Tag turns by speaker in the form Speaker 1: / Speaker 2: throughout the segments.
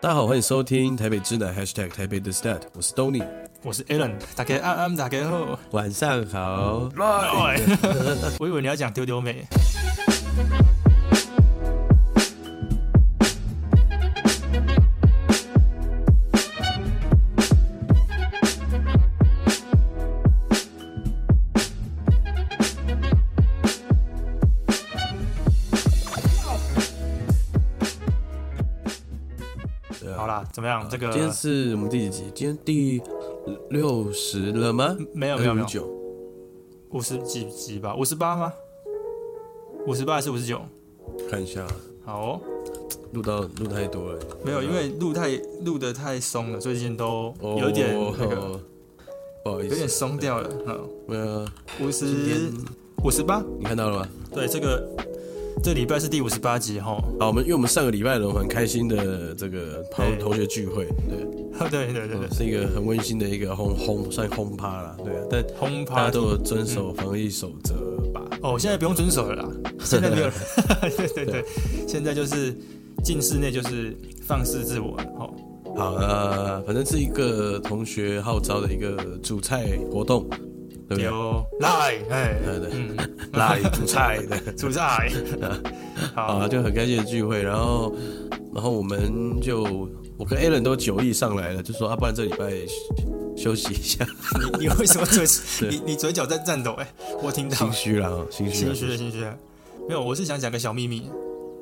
Speaker 1: 大家好，欢迎收听台北之南 #hashtag 台北的 stat，我是 Tony，
Speaker 2: 我是 Alan，打开暗暗打开后，
Speaker 1: 晚上好。
Speaker 2: 哎我以为你要讲丢丢妹，
Speaker 1: 对
Speaker 2: 好
Speaker 1: 啊，
Speaker 2: 啦，怎么样？这个
Speaker 1: 今天是我们第几集？今天第六十了吗？
Speaker 2: 没有没有没有
Speaker 1: 九
Speaker 2: 五十几集吧，五十八吗？五十八还是五十九？
Speaker 1: 看一下，
Speaker 2: 好、哦，
Speaker 1: 录到录太多了，
Speaker 2: 没有，因为录太录的太松了，最近都
Speaker 1: 哦
Speaker 2: 有点那个，
Speaker 1: 不好意
Speaker 2: 有点
Speaker 1: 思，
Speaker 2: 松掉了。嗯，
Speaker 1: 没有啊，
Speaker 2: 五
Speaker 1: 今
Speaker 2: 十
Speaker 1: 天
Speaker 2: 五十八，
Speaker 1: 你看到了吗？
Speaker 2: 对，这个这礼拜是第五十八集哈。
Speaker 1: 啊，我们因为我们上个礼拜呢，我们很开心的这个同
Speaker 2: 对
Speaker 1: 同学聚会，对，
Speaker 2: 对对对对
Speaker 1: 嗯，是一个很温馨的一个轰轰算轰趴啦，对啊，但
Speaker 2: 轰
Speaker 1: 大
Speaker 2: 趴
Speaker 1: 家都有遵守防疫守则吧？
Speaker 2: 哦，现在不用遵守了 啦，现在没有了， 对对对，现在就是进室内就是放肆自我了，哦，
Speaker 1: 好，呃，反正是一个同学号召的一个主菜活动，对不对？
Speaker 2: 丢来，哎，
Speaker 1: 对对
Speaker 2: 嗯，
Speaker 1: 辣主菜的，
Speaker 2: 主 菜， 好，
Speaker 1: 啊，就很开心的聚会，然后，然后我们就我跟 Alan 都酒意上来了，就说啊，不然这礼拜休休息一下，
Speaker 2: 你你为什么嘴你你嘴角在颤抖？哎，我听到
Speaker 1: 心，虚了啊，心虚
Speaker 2: 心
Speaker 1: 了，
Speaker 2: 虚了，心虚了。没有，我是想讲个小秘密。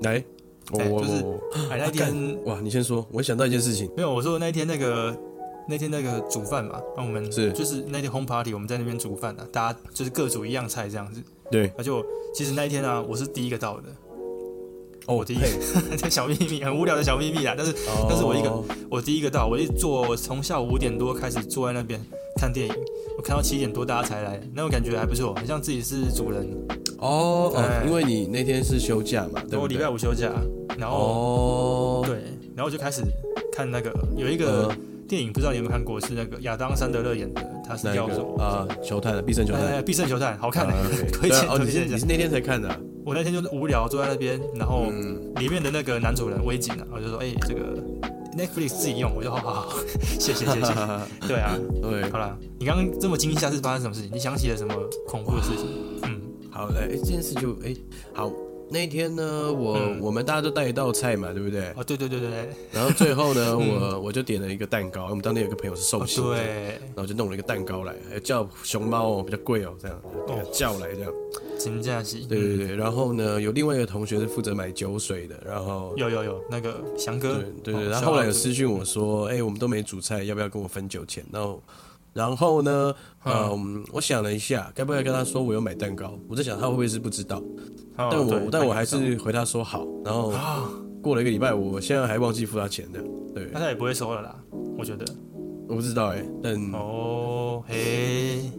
Speaker 1: 来，我
Speaker 2: 哎
Speaker 1: 我
Speaker 2: 就是
Speaker 1: 我
Speaker 2: 哎，那天
Speaker 1: 我，哇，你先说，我想到一件事情，
Speaker 2: 没有，我说那天那个那天那个煮饭嘛，那我们
Speaker 1: 是
Speaker 2: 就是那天 home party，我们在那边煮饭啊，大家就是各煮一样菜这样子。
Speaker 1: 对，
Speaker 2: 而且我其实那一天啊，我是第一个到的，
Speaker 1: 哦，
Speaker 2: 我第一个
Speaker 1: 嘿，
Speaker 2: 这小秘密很无聊的小秘密啊。但是但是我一个
Speaker 1: 哦
Speaker 2: 我第一个到，我一坐，我从下午五点多开始坐在那边看电影，我看到七点多大家才来，那种感觉还不错，好像自己是主人。
Speaker 1: 哦哦，
Speaker 2: 哎
Speaker 1: 因为你那天是休假嘛，对
Speaker 2: 我
Speaker 1: 不
Speaker 2: 礼
Speaker 1: 对
Speaker 2: 拜？五休假，然后、
Speaker 1: 哦，
Speaker 2: 对，然后我就开始看那个有一个
Speaker 1: 呃
Speaker 2: 电影，不知道你有没有看过，是那个亚当·桑德勒演的，他是
Speaker 1: 哪一
Speaker 2: 叫
Speaker 1: 个
Speaker 2: 做
Speaker 1: 啊？球探的必胜球探
Speaker 2: 哎，必胜球探，好 看的、
Speaker 1: 啊，OK
Speaker 2: 推
Speaker 1: 对啊
Speaker 2: 荐
Speaker 1: 哦，你
Speaker 2: 推
Speaker 1: 是
Speaker 2: 荐一
Speaker 1: 你
Speaker 2: 下
Speaker 1: 是。那天才看的啊？
Speaker 2: 我那天就是无聊坐在那边，然后
Speaker 1: 嗯
Speaker 2: 里面的那个男主人威景啊，我就说，哎、这个 Netflix 自己用，我就好好 好，谢谢谢谢。对啊，
Speaker 1: 对，
Speaker 2: 好啦，你刚刚这么惊吓是发生什么事情？你想起了什么恐怖的事情？嗯，
Speaker 1: 好嘞，哎这件事就哎好。那一天呢，我、
Speaker 2: 嗯
Speaker 1: 我们大家都带一道菜嘛，对不对？
Speaker 2: 哦，对对对对对，
Speaker 1: 然后最后 呢，我我就点了一个蛋糕，我们当地有个朋友是寿
Speaker 2: 嗯哦
Speaker 1: 星，然
Speaker 2: 对，
Speaker 1: 后就弄了一个蛋糕来，还叫熊猫哦，比较贵哦，这样
Speaker 2: 哦嗯
Speaker 1: 叫来这样。
Speaker 2: 金假期，
Speaker 1: 对对对，然后呢，有另外一个同学是负责买酒水的，然后
Speaker 2: 有有有那个翔哥，
Speaker 1: 对对对，
Speaker 2: 哦
Speaker 1: 他
Speaker 2: 小
Speaker 1: 后来有
Speaker 2: 王子
Speaker 1: 私讯我说，哎、我们都没煮菜，要不要跟我分酒钱？然后，然后呢，嗯，我想了一下，该不该跟他说我有买蛋糕？我在想他会不会是不知道，
Speaker 2: 哦
Speaker 1: 但我
Speaker 2: 对
Speaker 1: 但我
Speaker 2: 那
Speaker 1: 还
Speaker 2: 个
Speaker 1: 是回他说好。然后
Speaker 2: 啊，
Speaker 1: 过了一个礼拜，我现在还忘记付他钱的，对
Speaker 2: 那，他也不会收了啦，我觉得。
Speaker 1: 我不知道哎、但、
Speaker 2: 哦，嘿，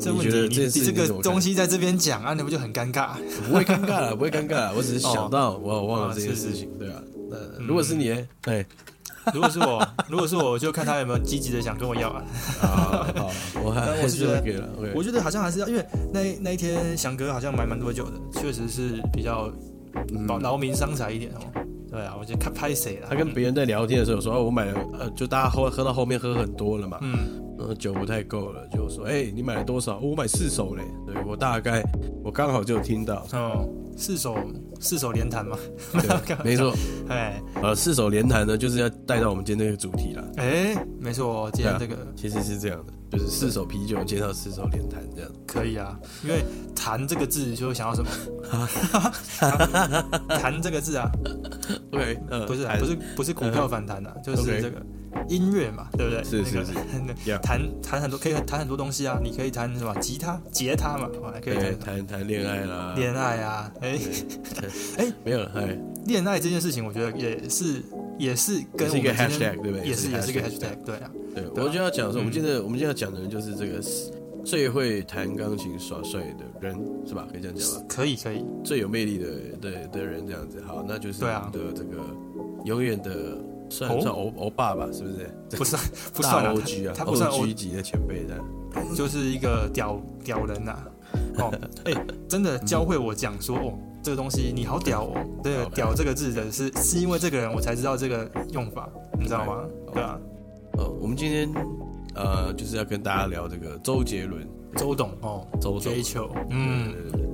Speaker 2: 这
Speaker 1: 你
Speaker 2: 问
Speaker 1: 觉得
Speaker 2: 题
Speaker 1: 这件
Speaker 2: 嗯你你
Speaker 1: 事
Speaker 2: 这
Speaker 1: 情
Speaker 2: 个
Speaker 1: 怎么看
Speaker 2: 东西在这边讲啊，那不就很尴尬？
Speaker 1: 不会尴尬了，不会尴尬了，我只是想到我忘了
Speaker 2: 啊
Speaker 1: 这件
Speaker 2: 哦是
Speaker 1: 事
Speaker 2: 是嗯
Speaker 1: 情，对啊。那如果是你欸，哎、
Speaker 2: 如果是我，如果是我，我就看他有没有积极的想跟我要啊。
Speaker 1: 啊，好，我还
Speaker 2: 但
Speaker 1: 还
Speaker 2: 我
Speaker 1: 是
Speaker 2: 是觉得
Speaker 1: OK 了，OK。
Speaker 2: 我觉得好像还是要，因为那那一天翔哥好像买蛮多酒的，确实是比较劳劳民伤财一点哦。对啊，我就看拍谁了。
Speaker 1: 嗯他跟别人在聊天的时候说，哦，我买了，呃，就大家喝喝到后面喝很多了嘛，
Speaker 2: 嗯，
Speaker 1: 呃，酒不太够了，就说，哎、你买了多少？哦我买四手嘞，对我大概我刚好就有听到，
Speaker 2: 哦，四手四手连弹嘛，
Speaker 1: 对，没错，
Speaker 2: 哎
Speaker 1: 呃，四手连弹呢，就是要带到我们今天这个主题啦，
Speaker 2: 哎，没错，今
Speaker 1: 啊
Speaker 2: 天这个
Speaker 1: 其实是这样的，就是四手啤酒介绍四手连弹这样，
Speaker 2: 可以啊，因为“弹”这个字就会想 到什么？弹这个字啊，
Speaker 1: 对，呃，
Speaker 2: 不是啊
Speaker 1: 还
Speaker 2: 不是不是股票反弹啊，就
Speaker 1: OK
Speaker 2: 是这个音乐嘛，对不对？
Speaker 1: 是是是
Speaker 2: 那个
Speaker 1: Yeah
Speaker 2: 弹弹很多可以弹很多东西啊，你可以弹什么吉他、吉他嘛，哦还可以
Speaker 1: 对
Speaker 2: 弹
Speaker 1: 哎谈谈恋爱啦，
Speaker 2: 恋爱啊，哎，
Speaker 1: 没有了，哎，
Speaker 2: 恋爱这件事情，我觉得也是也是
Speaker 1: 也
Speaker 2: 跟我
Speaker 1: 是一个
Speaker 2: 们今天
Speaker 1: hashtag，对不对
Speaker 2: 也是
Speaker 1: 也
Speaker 2: 也
Speaker 1: 是
Speaker 2: 是
Speaker 1: 一
Speaker 2: 一
Speaker 1: 个
Speaker 2: 个 hashtag，对啊，
Speaker 1: 对，
Speaker 2: 对啊
Speaker 1: 我就要讲说，我们今天的我们今天要讲的人就是这个最会弹钢琴耍帅的人，是吧？可以这样讲吧？
Speaker 2: 可以可以，
Speaker 1: 最有魅力的的的人这样子。好，那就是
Speaker 2: 对啊
Speaker 1: 我们的这个永远的算
Speaker 2: 哦
Speaker 1: 算欧欧巴吧，是不是？
Speaker 2: 不算不
Speaker 1: 大
Speaker 2: 算啊
Speaker 1: O G 啊，
Speaker 2: 他他不算
Speaker 1: O
Speaker 2: OG
Speaker 1: G 级的前辈的。
Speaker 2: 啊就是一个屌屌人呐、哦，哎、真的教会我讲说哦，这个东西你好屌哦，这个
Speaker 1: OK
Speaker 2: 屌这个字的是是因为这个人我才知道这个用法，你知道吗？对啊，
Speaker 1: 呃，我们今天呃就是要跟大家聊这个周杰伦，
Speaker 2: 周董哦，
Speaker 1: 周董
Speaker 2: 追，求，
Speaker 1: 对
Speaker 2: 嗯，
Speaker 1: 对对。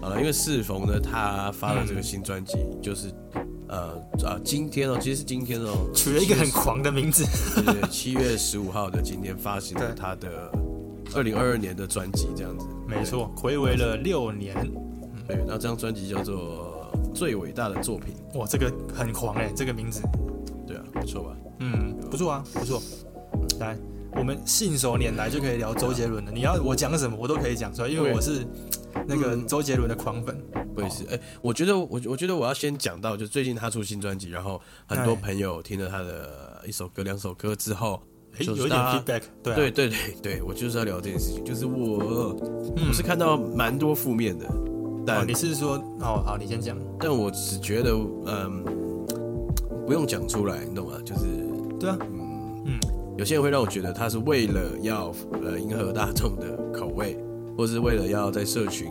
Speaker 1: 好了，因为适逢呢，他发了这个新专辑，就是呃啊，今天哦，其实是今天哦，
Speaker 2: 取了一个很狂的名字，
Speaker 1: 就是七月十五号的今天发行了
Speaker 2: 对
Speaker 1: 他的二零二二年的专辑，这样子。
Speaker 2: 没错， 回味了六年，
Speaker 1: 对，然后这张专辑叫做《最伟大的作品
Speaker 2: 哇，这个很狂哎，这个名字，》，
Speaker 1: 对啊，不错吧？
Speaker 2: 嗯，不错啊，不错。来，我们信手拈来就可以聊周杰伦了。你要我讲什么，我都可以讲出来，因为
Speaker 1: OK
Speaker 2: 我是那个周杰伦的狂粉。
Speaker 1: 我也是，哎、我觉得我我觉得我要先讲到，就最近他出新专辑，然后很多
Speaker 2: 哎
Speaker 1: 朋友听了他的一首歌、两首歌之后，
Speaker 2: 诶
Speaker 1: 就是
Speaker 2: 哎有一点
Speaker 1: 大家
Speaker 2: feedback，对啊
Speaker 1: 对对对对，我就是要聊这件事情，就是我
Speaker 2: 嗯
Speaker 1: 我是看到蛮多负面的，
Speaker 2: 哦，
Speaker 1: 但
Speaker 2: 你是说哦，好，你先讲。
Speaker 1: 但我只觉得，嗯，不用讲出来，你懂吗？就是
Speaker 2: 对啊，
Speaker 1: 有些人会让我觉得他是为了要呃迎合大众的口味，或是为了要在社群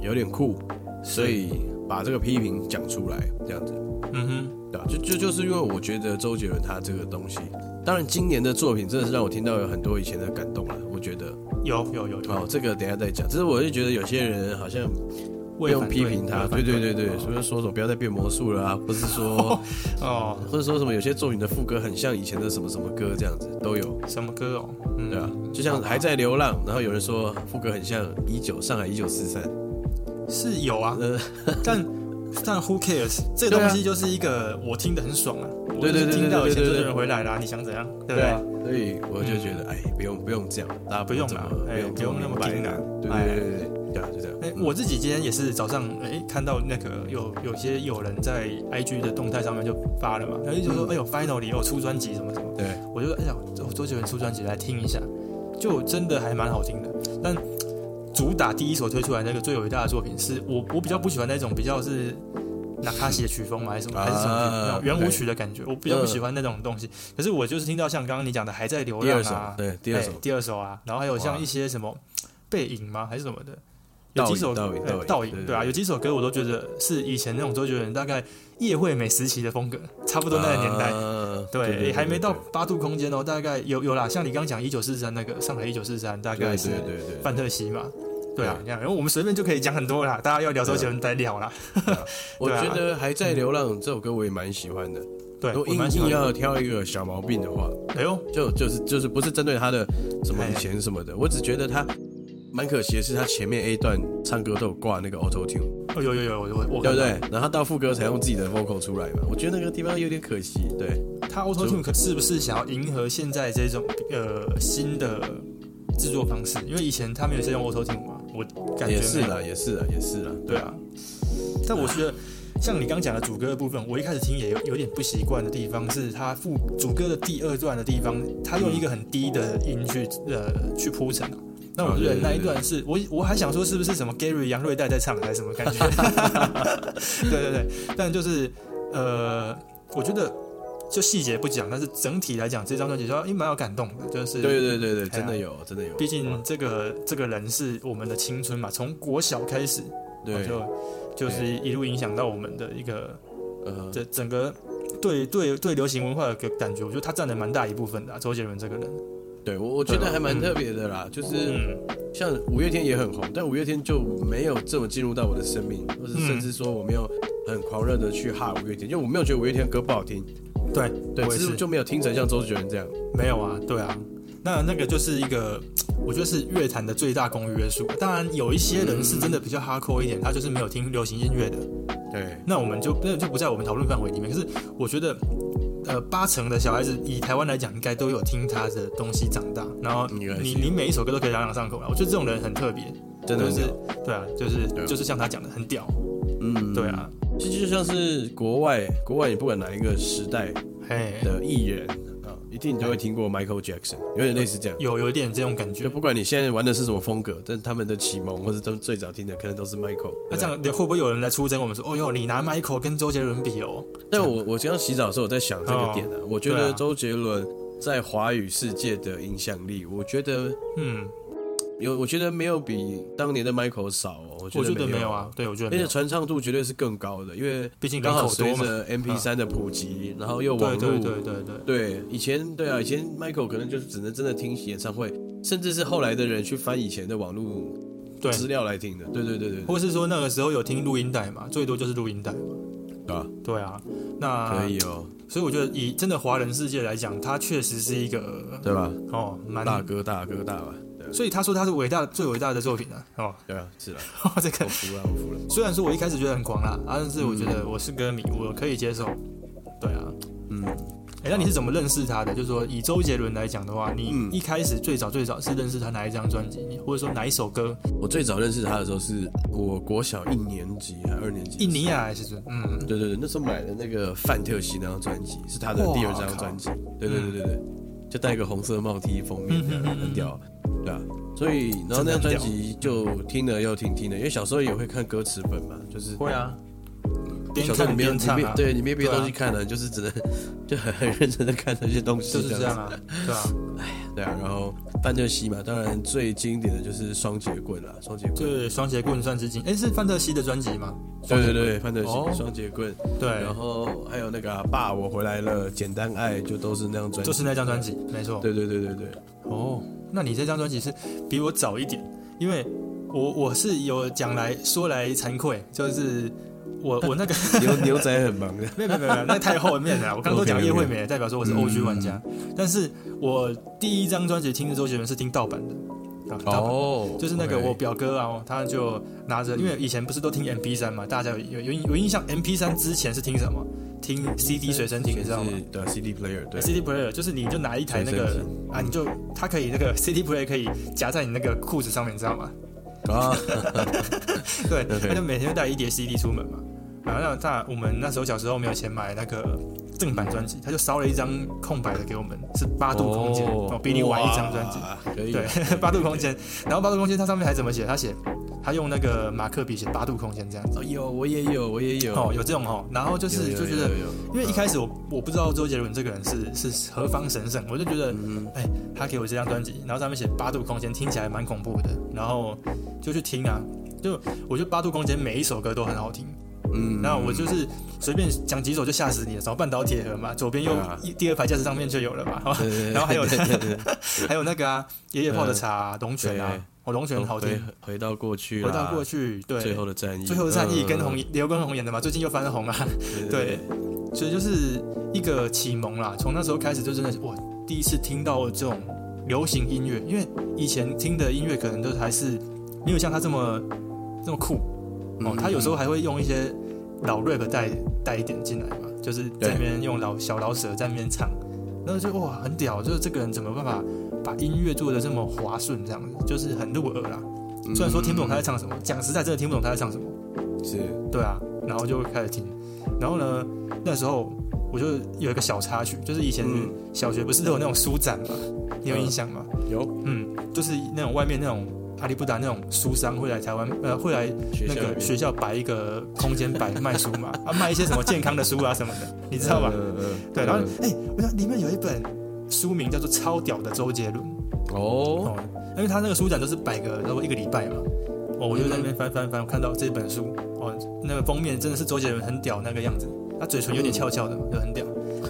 Speaker 1: 有点酷，所以把这个批评讲出来，这样子。
Speaker 2: 嗯哼，
Speaker 1: 对啊，就就就是因为我觉得周杰伦他这个东西，当然今年的作品真的是让我听到有很多以前的感动了。我觉得
Speaker 2: 有有有有，
Speaker 1: 哦，这个等一下再讲。只是我就觉得有些人好像不
Speaker 2: 为
Speaker 1: 用
Speaker 2: 反
Speaker 1: 批评他，
Speaker 2: 为
Speaker 1: 对
Speaker 2: 反
Speaker 1: 对对对，所以说什么不要再变魔术了啊，不是说
Speaker 2: 哦，
Speaker 1: 或者说什么有些作品的副歌很像以前的什么什么歌这样子都有，
Speaker 2: 什么歌哦？嗯，
Speaker 1: 对啊，就像还在流浪，然后有人说副歌很像一九上海一九四三，
Speaker 2: 是有啊，
Speaker 1: 呃，
Speaker 2: 但但 who cares？这个
Speaker 1: 对啊
Speaker 2: 东西就是一个我听得很爽啊，我
Speaker 1: 对对
Speaker 2: 就是
Speaker 1: 对
Speaker 2: 听到
Speaker 1: 对对
Speaker 2: 以前
Speaker 1: 对
Speaker 2: 周
Speaker 1: 对
Speaker 2: 杰伦回来啦，你想怎样？对不
Speaker 1: 啊
Speaker 2: 对？，
Speaker 1: 所以我就觉得哎，不用不用这样，大家
Speaker 2: 不用
Speaker 1: 这
Speaker 2: 啦
Speaker 1: 么，
Speaker 2: 哎，不
Speaker 1: 这
Speaker 2: 用那么
Speaker 1: 明白
Speaker 2: 拼啦，
Speaker 1: 对
Speaker 2: 哎
Speaker 1: 对对对对，对啊，就这样。
Speaker 2: 哎、我自己今天也是早上哎、看到那个有有些有人在 IG 的动态上面就发了嘛，然后
Speaker 1: 嗯
Speaker 2: 就说、哎呦 finally 有出专辑什么什么，
Speaker 1: 对，
Speaker 2: 我就哎呀周周杰伦出专辑来听一下，就真的还蛮好听的。但主打第一首推出来那个最伟大的作品是我我比较不喜欢那种比较是纳卡西的曲风嘛，还是什么、
Speaker 1: 啊
Speaker 2: 还是什么曲那种圆舞
Speaker 1: OK 嗯
Speaker 2: 曲的感觉，我比较不喜欢那种东西。可是我就是听到像刚刚你讲的还在流
Speaker 1: 第
Speaker 2: 浪
Speaker 1: 二首
Speaker 2: 啊，，
Speaker 1: 对，第二
Speaker 2: 哎
Speaker 1: 首，
Speaker 2: 第二首啊，然后还有像
Speaker 1: 哇
Speaker 2: 一些什么背影吗，还是什么的，有
Speaker 1: 倒
Speaker 2: 几
Speaker 1: 影
Speaker 2: 首
Speaker 1: 倒影
Speaker 2: 哎
Speaker 1: 倒影
Speaker 2: 倒
Speaker 1: 对
Speaker 2: 影，
Speaker 1: 对
Speaker 2: 对啊，
Speaker 1: 对
Speaker 2: 有几首歌我都觉得是以前那种周杰伦大概叶惠美时期的风格，差不多那个年代。
Speaker 1: 啊
Speaker 2: 对，也还没到八度空间哦，大概有有啦，像你刚讲一九四三那个上海一九四三，大
Speaker 1: 对
Speaker 2: 概
Speaker 1: 对
Speaker 2: 是
Speaker 1: 对对对，
Speaker 2: 范特西嘛。对啊，你看，然后我们随便就可以讲很多啦，大家要聊周杰伦再聊啦。
Speaker 1: 我
Speaker 2: 对啊
Speaker 1: 觉得还在流浪这首歌我也蛮喜欢的。
Speaker 2: 对，
Speaker 1: 如
Speaker 2: 我
Speaker 1: 果硬
Speaker 2: 蛮喜
Speaker 1: 硬
Speaker 2: 欢的。
Speaker 1: 要挑一个小毛病的话，
Speaker 2: 哎呦，
Speaker 1: 就就是就是不是针对他的什么
Speaker 2: 哎
Speaker 1: 以前什么的，我只觉得他蛮可惜的是，他前面 A 段唱歌都有挂那个 Auto Tune，
Speaker 2: 哦有有有，我我
Speaker 1: 对不
Speaker 2: 我看到
Speaker 1: 对？然后他到副歌才用自己的 vocal 出来嘛，我觉得那个地方有点可惜。对，
Speaker 2: 他 Auto Tune 可是不是想要迎合现在这种呃新的制作方式？因为以前他们也是用 Auto Tune 嘛，我感觉
Speaker 1: 也是
Speaker 2: 没有
Speaker 1: 啦，也是啦，也是啦。
Speaker 2: 对啊。但我觉得像你刚讲的主歌的部分，我一开始听也有有点不习惯的地方是，他副主歌的第二段的地方，他用一个很低的音去呃去铺陈啊。那我觉得
Speaker 1: 哦对对对
Speaker 2: 那一段是我我还想说是不是什么 Gary 杨瑞代在唱还是什么感觉？ 对对对，但就是呃，我觉得就细节不讲，但是整体来讲，这张专辑就哎蛮有感动的，就是
Speaker 1: 对对对对，
Speaker 2: 哎呀
Speaker 1: 真的有，真的有。
Speaker 2: 毕竟这个这个人是我们的青春嘛，从国小开始，
Speaker 1: 对，
Speaker 2: 哦就就是一路影响到我们的一个
Speaker 1: 呃，
Speaker 2: 这整个对对对流行文化的个感觉，我觉得他占了蛮大一部分的啊、周杰伦这个人，
Speaker 1: 对我我觉
Speaker 2: 对
Speaker 1: 得
Speaker 2: 啊
Speaker 1: 还蛮
Speaker 2: 嗯
Speaker 1: 特别的啦，就是。
Speaker 2: 嗯，
Speaker 1: 像五月天也很红，但五月天就没有这么进入到我的生命，或者
Speaker 2: 嗯
Speaker 1: 甚至说我没有很狂热的去哈五月天，因为我没有觉得五月天的歌不好听，
Speaker 2: 对
Speaker 1: 对，
Speaker 2: 我也
Speaker 1: 只
Speaker 2: 是
Speaker 1: 是就没有听成像周杰伦这样。
Speaker 2: 没有啊，对啊，那那个就是一个，我觉得是乐坛的最大公约数。当然，有一些人是真的比较 hardcore 一点，他就是没有听流行音乐的，
Speaker 1: 对，
Speaker 2: 那我们就那就不在我们讨论范围里面。可是我觉得，呃，八成的小孩子以台湾来讲，应该都有听他的东西长大，然后
Speaker 1: 应该是
Speaker 2: 你你每一首歌都可以朗朗上口啊了。我觉得这种人很特别，
Speaker 1: 真的
Speaker 2: 就
Speaker 1: 很
Speaker 2: 是
Speaker 1: 屌
Speaker 2: 对啊，就是
Speaker 1: 对啊
Speaker 2: 就是像他讲的很屌，
Speaker 1: 嗯，
Speaker 2: 对，啊，
Speaker 1: 其实就像是国外，国外你不管哪一个时代
Speaker 2: 嘿，
Speaker 1: 的艺人啊，一定你都会听过 Michael Jackson，有点类似这样。
Speaker 2: 有有一点这种感觉
Speaker 1: 就。不管你现在玩的是什么风格，但他们的启蒙或者他们最早听的可能都是 Michael。
Speaker 2: 那啊这样会不会有人来出征我们说，哦哟，你拿 Michael 跟周杰伦比哦？
Speaker 1: 啊但我我刚刚洗澡的时候，我在想这个点啊，我觉
Speaker 2: 对
Speaker 1: 得
Speaker 2: 啊
Speaker 1: 周杰伦在华语世界的影响力，我觉得
Speaker 2: 嗯，
Speaker 1: 有我觉得没有比当年的 Michael 少、哦，我
Speaker 2: 我觉得
Speaker 1: 没
Speaker 2: 没有啊，对我觉得
Speaker 1: 而
Speaker 2: 没
Speaker 1: 且
Speaker 2: 有，
Speaker 1: 传唱度绝对是更高的，因为
Speaker 2: 毕竟人
Speaker 1: 刚好
Speaker 2: 口
Speaker 1: 随
Speaker 2: 多嘛。嗯
Speaker 1: 着 MP 三的普及，然后又网
Speaker 2: 对
Speaker 1: 络，
Speaker 2: 对对对对，
Speaker 1: 对，以前对啊，以前 Michael 可能就是只能真的听演唱会，甚至是后来的人去翻以前的网络
Speaker 2: 对
Speaker 1: 资料来听的。对对对对，
Speaker 2: 或是说那个时候有听录音带嘛，最多就是录音带嘛。
Speaker 1: 对啊，
Speaker 2: 对啊，那
Speaker 1: 可以哦，
Speaker 2: 所以我觉得以真的华人世界来讲，他确实是一个
Speaker 1: 对吧？
Speaker 2: 哦蛮
Speaker 1: 大哥大哥大吧，对啊
Speaker 2: 所以他说他是伟大最伟大的作品啊，哦，
Speaker 1: 对啊，是啊，
Speaker 2: 这
Speaker 1: 我
Speaker 2: 个
Speaker 1: 服了，我服了。
Speaker 2: 虽然说我一开始觉得很狂啦，啊但是我觉得我是歌迷，我可以接受。对啊，
Speaker 1: 嗯，
Speaker 2: 哎、那你是怎么认识他的？就是说以周杰伦来讲的话，你
Speaker 1: 嗯
Speaker 2: 一开始最早最早是认识他哪一张专辑，或者说哪一首歌？
Speaker 1: 我最早认识他的时候是我国小一年级还二年级，
Speaker 2: 印尼。啊亚还是什么嗯，
Speaker 1: 对对对，那时候买的那个范特西那张专辑是他的第二张专辑，对对对对对，就戴一个红色帽 T 封面的，很屌，对啊。所以，然后那张专辑就听了又听，听了，因为小时候也会看歌词本嘛，就是
Speaker 2: 会啊，边
Speaker 1: 小时候你
Speaker 2: 看
Speaker 1: 没有
Speaker 2: 边
Speaker 1: 你
Speaker 2: 唱
Speaker 1: 没
Speaker 2: 啊，
Speaker 1: 对你没别的
Speaker 2: 对啊
Speaker 1: 东西看了，就是只能 就很很认真的看那些东西，
Speaker 2: 就是这
Speaker 1: 样
Speaker 2: 样
Speaker 1: 子。
Speaker 2: 啊，对啊，
Speaker 1: 对啊，然后范特西嘛，当然最经典的就是双节棍啦，双节棍，
Speaker 2: 就是双节棍算是经，哎，是范特西的专辑吗？
Speaker 1: 对对对，范特西
Speaker 2: 哦
Speaker 1: 双节棍，
Speaker 2: 对
Speaker 1: 然，后还有那个啊爸我回来了，简单爱就都是那张专辑，
Speaker 2: 就是那张专辑，没错。
Speaker 1: 对对对对对，
Speaker 2: 哦，那你这张专辑是比我早一点，因为我我是有讲来说来惭愧，就是 我我那个
Speaker 1: 牛牛仔很忙的，
Speaker 2: 没有没有没有，那太后面 了啦。我刚刚都讲
Speaker 1: OK，OK
Speaker 2: 叶惠美，代表说我
Speaker 1: 嗯
Speaker 2: 是 OG 玩家。但是我第一张专辑听的周杰伦是听盗版的，啊，盗 版。
Speaker 1: 哦
Speaker 2: 就是那个
Speaker 1: OK
Speaker 2: 我表哥啊，哦他就拿着，因为以前不是都听 MP 三嘛，大家有有有有印象，MP 三之前是听什么？听 CD 随身听，你知道吗
Speaker 1: 是？对啊 CD player 对
Speaker 2: CD player 就是你就拿一台那
Speaker 1: 随
Speaker 2: 个
Speaker 1: 身
Speaker 2: 啊，你就它可以那个 CD player 可以夹在你那个裤子上面，你知 道吗？
Speaker 1: 啊，
Speaker 2: 对，
Speaker 1: OK
Speaker 2: 他就每天就带一叠 CD 出门嘛。然后那他我们那时候小时候没有钱买那个正版专辑，他就烧了一张空白的给我们，是八度空间，哦，比你晚一张专辑。
Speaker 1: 辑，可以
Speaker 2: 对
Speaker 1: 啊，可以，
Speaker 2: 八度空
Speaker 1: 可以。
Speaker 2: 间，然后八度空间它上面还怎么写？他写他用那个马克笔写八度空间这样子。
Speaker 1: 哦，有我也有，我也有，
Speaker 2: 哦，有这种哦，然后就是
Speaker 1: 有
Speaker 2: 就觉
Speaker 1: 有
Speaker 2: 得
Speaker 1: 有有
Speaker 2: 因为一开始我我不知道周杰伦这个人是是何方神圣，我就觉得，哎、
Speaker 1: 嗯
Speaker 2: 他给我这张专辑，然后上面写八度空间，听起来蛮恐怖的，然后就去听啊，就我觉得八度空间每一首歌都很好听，
Speaker 1: 嗯
Speaker 2: 那我就是随便讲几首就吓死你了，什么半岛铁盒嘛，左边右、
Speaker 1: 对啊
Speaker 2: 一第二排架子上面就有了嘛，哈
Speaker 1: 对对对
Speaker 2: 然后还有
Speaker 1: 对对对对
Speaker 2: 还有那个啊，爷爷泡的茶、啊、龙泉
Speaker 1: 对
Speaker 2: 啊，哦龙泉好
Speaker 1: 回
Speaker 2: 听，
Speaker 1: 回到过去，
Speaker 2: 回到过，去，对，
Speaker 1: 啊最后的战役，
Speaker 2: 最后的战役跟红
Speaker 1: 嗯
Speaker 2: 刘畊宏演的嘛，最近又翻红啊。
Speaker 1: 对
Speaker 2: 对，所以就是一个启蒙啦。从那时候开始，就真的是我第一次听到这种流行音乐，因为以前听的音乐可能都还是没有像他这么这么酷
Speaker 1: 嗯
Speaker 2: 哦。他有时候还会用一些老 rap 带带一点进来嘛，就是在那边用老小老舍在那边唱，然后就哇很屌，就是这个人怎么有办法把音乐做的这么滑顺，这样子就是很入耳啦。
Speaker 1: 候
Speaker 2: 虽然说听不懂他在唱什么，讲实在真的听不懂他在唱什么。
Speaker 1: 嗯是
Speaker 2: 对啊，然后就开始听。然后呢，那时候我就有一个小插曲，就是以前
Speaker 1: 嗯
Speaker 2: 小学不是都有那种书展嘛，你有印象吗？
Speaker 1: 有
Speaker 2: 嗯，就是那种外面那种阿里不达那种书商会来台湾，呃，会来
Speaker 1: 学
Speaker 2: 那
Speaker 1: 校
Speaker 2: 个学校摆一个空间摆卖书 嘛，啊，卖一些什么健康的书啊什么的，你
Speaker 1: 你
Speaker 2: 知道吧？对，然后
Speaker 1: 嗯
Speaker 2: 哎、我想里面有一本书名叫做《超屌的周杰伦》。
Speaker 1: 哦，
Speaker 2: 哦，因为他那个书展都是摆个差不多一个礼拜嘛。哦，我就在那边翻翻翻，我看到这本书，哦，那个封面真的是周杰伦很屌那个样子，他嘴唇有点翘翘的嘛，就很屌。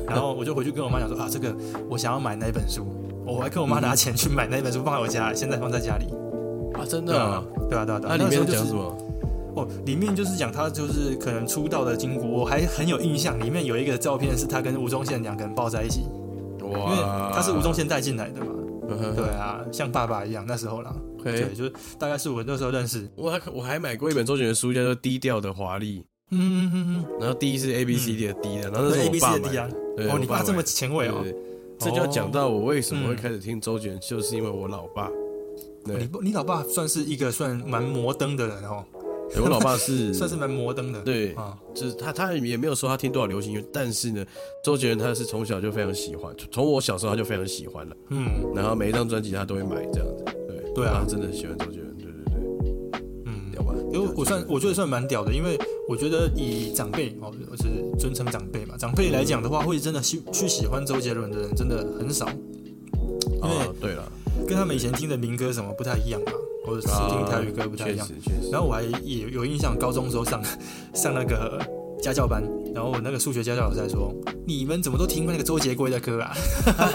Speaker 2: 然后我就回去跟我妈讲说啊，这个我想要买那一本书，哦我还跟我妈拿钱去买那一本书放在我家，现在放在家里。
Speaker 1: 啊，真
Speaker 2: 对
Speaker 1: 的
Speaker 2: 啊
Speaker 1: 啊，，
Speaker 2: 对啊，对啊，对啊
Speaker 1: 那里
Speaker 2: 时候
Speaker 1: 面
Speaker 2: 就
Speaker 1: 讲
Speaker 2: 是
Speaker 1: 什么？
Speaker 2: 哦，里面就是讲他就是可能出道的经过，我还很有印象，里面有一个照片是他跟吴宗宪两个人抱在一起，因为
Speaker 1: 哇，
Speaker 2: 他是吴宗宪带进来的嘛。对
Speaker 1: 对，
Speaker 2: 啊，像爸爸一样那时候啦。对，
Speaker 1: OK，
Speaker 2: 就是大概是我那时候认识。
Speaker 1: 我还我还买过一本周杰伦的书，叫做《低调的华丽》，
Speaker 2: 嗯嗯嗯嗯，
Speaker 1: 然后 D 是 A B C D 的 D 的，然后那
Speaker 2: 对
Speaker 1: 是
Speaker 2: A
Speaker 1: 我
Speaker 2: B
Speaker 1: 爸
Speaker 2: C
Speaker 1: 买
Speaker 2: 的 D 啊
Speaker 1: 的，，对
Speaker 2: 哦，
Speaker 1: 我
Speaker 2: 你
Speaker 1: 爸
Speaker 2: 爸这
Speaker 1: 买
Speaker 2: 么
Speaker 1: 的
Speaker 2: 前卫哦嗯
Speaker 1: 对，对对这就要讲到我为什么会开始听周杰伦，就是因为我老爸，对
Speaker 2: 哦你你老爸算是一个算蛮摩登的人哦，
Speaker 1: 对我老爸是
Speaker 2: 算是蛮摩登的。
Speaker 1: 对
Speaker 2: 啊，
Speaker 1: 就是他，他也没有说他听多少流行音乐，但是呢，周杰伦他是从小就非常喜欢，从我小时候他就非常喜欢了，
Speaker 2: 嗯
Speaker 1: 然后每一张专辑他都会买这样子，对，
Speaker 2: 对啊
Speaker 1: 他真的很喜欢周杰伦，对对对，
Speaker 2: 嗯，
Speaker 1: 屌吧？
Speaker 2: 因为我算我觉得算蛮屌的，因为我觉得以长辈哦，我是尊称长辈嘛，长辈来讲的话，会真的去去喜欢周杰伦的人真的很少，因为
Speaker 1: 啊，对了，
Speaker 2: 跟他们以前听的民歌什么不太一样嘛。或者是
Speaker 1: 啊
Speaker 2: 听台语歌不太一样。
Speaker 1: 确实确实。
Speaker 2: 然后我还也有印象，高中的时候上 上那个家教班，然后我那个数学家教老师还说：“你们怎么都听过那个周杰圭的歌啊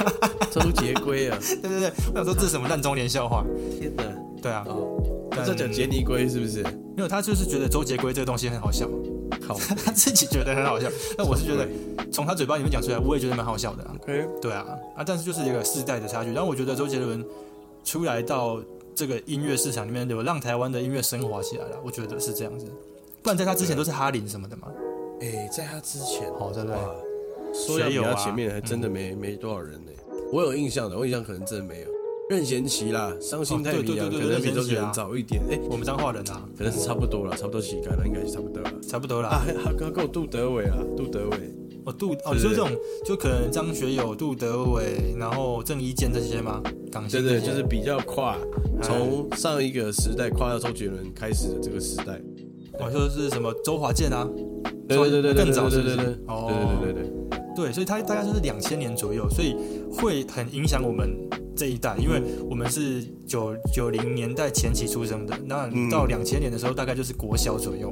Speaker 1: 周杰圭啊，？”
Speaker 2: 对对对，我想说这是什么烂中年笑话？
Speaker 1: 天哪！
Speaker 2: 对啊，
Speaker 1: 哦，他
Speaker 2: 但
Speaker 1: 在讲杰尼龟是不是？
Speaker 2: 没有，他就是觉得周杰圭这个东西很好笑，
Speaker 1: 靠，
Speaker 2: 他自己觉得很好笑。那我是觉 得从他嘴巴里面讲出来，我也觉得蛮好笑的啊。
Speaker 1: OK，
Speaker 2: 对啊，啊，但是就是一个世代的差距。然后我觉得周杰伦出来到这个音乐市场里面，有让台湾的音乐升华起来了，我觉得是这样子。不然在他之前都是哈林什么的嘛，
Speaker 1: 哎，在他之前，
Speaker 2: 好、对不对？
Speaker 1: 哇，说要比
Speaker 2: 学友
Speaker 1: 他
Speaker 2: 啊
Speaker 1: 前面还真的没没多少人呢。我有印象的，我印象可能真的没有。任贤齐啦，伤心太平洋
Speaker 2: 哦对对
Speaker 1: 可
Speaker 2: 对对
Speaker 1: 能比
Speaker 2: 任
Speaker 1: 周
Speaker 2: 贤齐啊
Speaker 1: 杰伦早一点，哎，
Speaker 2: 我们彰化人啊，
Speaker 1: 可能是差不多了，差不多膝盖了，应该是差不多了。
Speaker 2: 差不多啦。
Speaker 1: 啊，还还还有杜德伟啊，杜德伟，
Speaker 2: 哦，杜
Speaker 1: 对
Speaker 2: 哦，你说这种就可能张学友、杜德伟，然后郑伊健这些吗？港
Speaker 1: 真
Speaker 2: 星这
Speaker 1: 的哦
Speaker 2: 些
Speaker 1: 就是比较跨，
Speaker 2: 哎
Speaker 1: 从上一个时代跨到周杰伦开始的这个时代。
Speaker 2: 我说是什么周华健啊，
Speaker 1: 对对对对对，
Speaker 2: 更早
Speaker 1: 对
Speaker 2: 是
Speaker 1: 对
Speaker 2: 不
Speaker 1: 对
Speaker 2: 是
Speaker 1: 对
Speaker 2: 哦
Speaker 1: 对对对对，
Speaker 2: 对，所以他大概就是两千年左右，所以会很影响我们这一代，因为我们是九九零年代前期出生的，那
Speaker 1: 嗯
Speaker 2: 你到两千年的时候大概就是国小左右，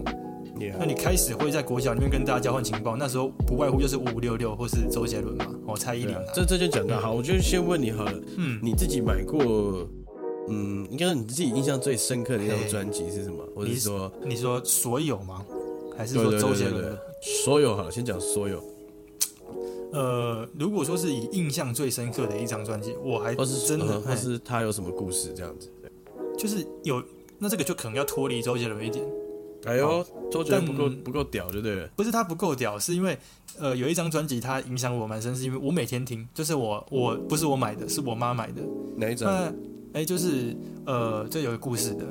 Speaker 1: 你好
Speaker 2: 那你开始会在国小里面跟大家交换情报，那时候不外乎就是五五六六或是周杰伦嘛，哦蔡依
Speaker 1: 对
Speaker 2: 林
Speaker 1: 啊
Speaker 2: 啊，
Speaker 1: 这这就讲到好，我就先问你好了，
Speaker 2: 嗯，
Speaker 1: 你自己买过，嗯，应该说你自己印象最深刻的一张专辑是什么？或者是说，
Speaker 2: 你说所有吗？还是
Speaker 1: 对
Speaker 2: 说
Speaker 1: 对
Speaker 2: 周
Speaker 1: 对
Speaker 2: 杰
Speaker 1: 对
Speaker 2: 伦
Speaker 1: 对
Speaker 2: 的？，
Speaker 1: 所有好了，先讲所有，
Speaker 2: 呃，如果说是以印象最深刻的一张专辑，我还
Speaker 1: 或是
Speaker 2: 真的
Speaker 1: 呃，或
Speaker 2: 还
Speaker 1: 是他有什么故事这样子。
Speaker 2: 就是有，那这个就可能要脱离周杰伦一点，
Speaker 1: 哎呦，周杰伦不
Speaker 2: 但
Speaker 1: 够不够屌，就对了。
Speaker 2: 不是他不够屌，是因为呃有一张专辑它影响我蛮深，是因为我每天听，就是我我不是我买的，是我妈买的。
Speaker 1: 哪一张？
Speaker 2: 那哎就是呃这有个故事的，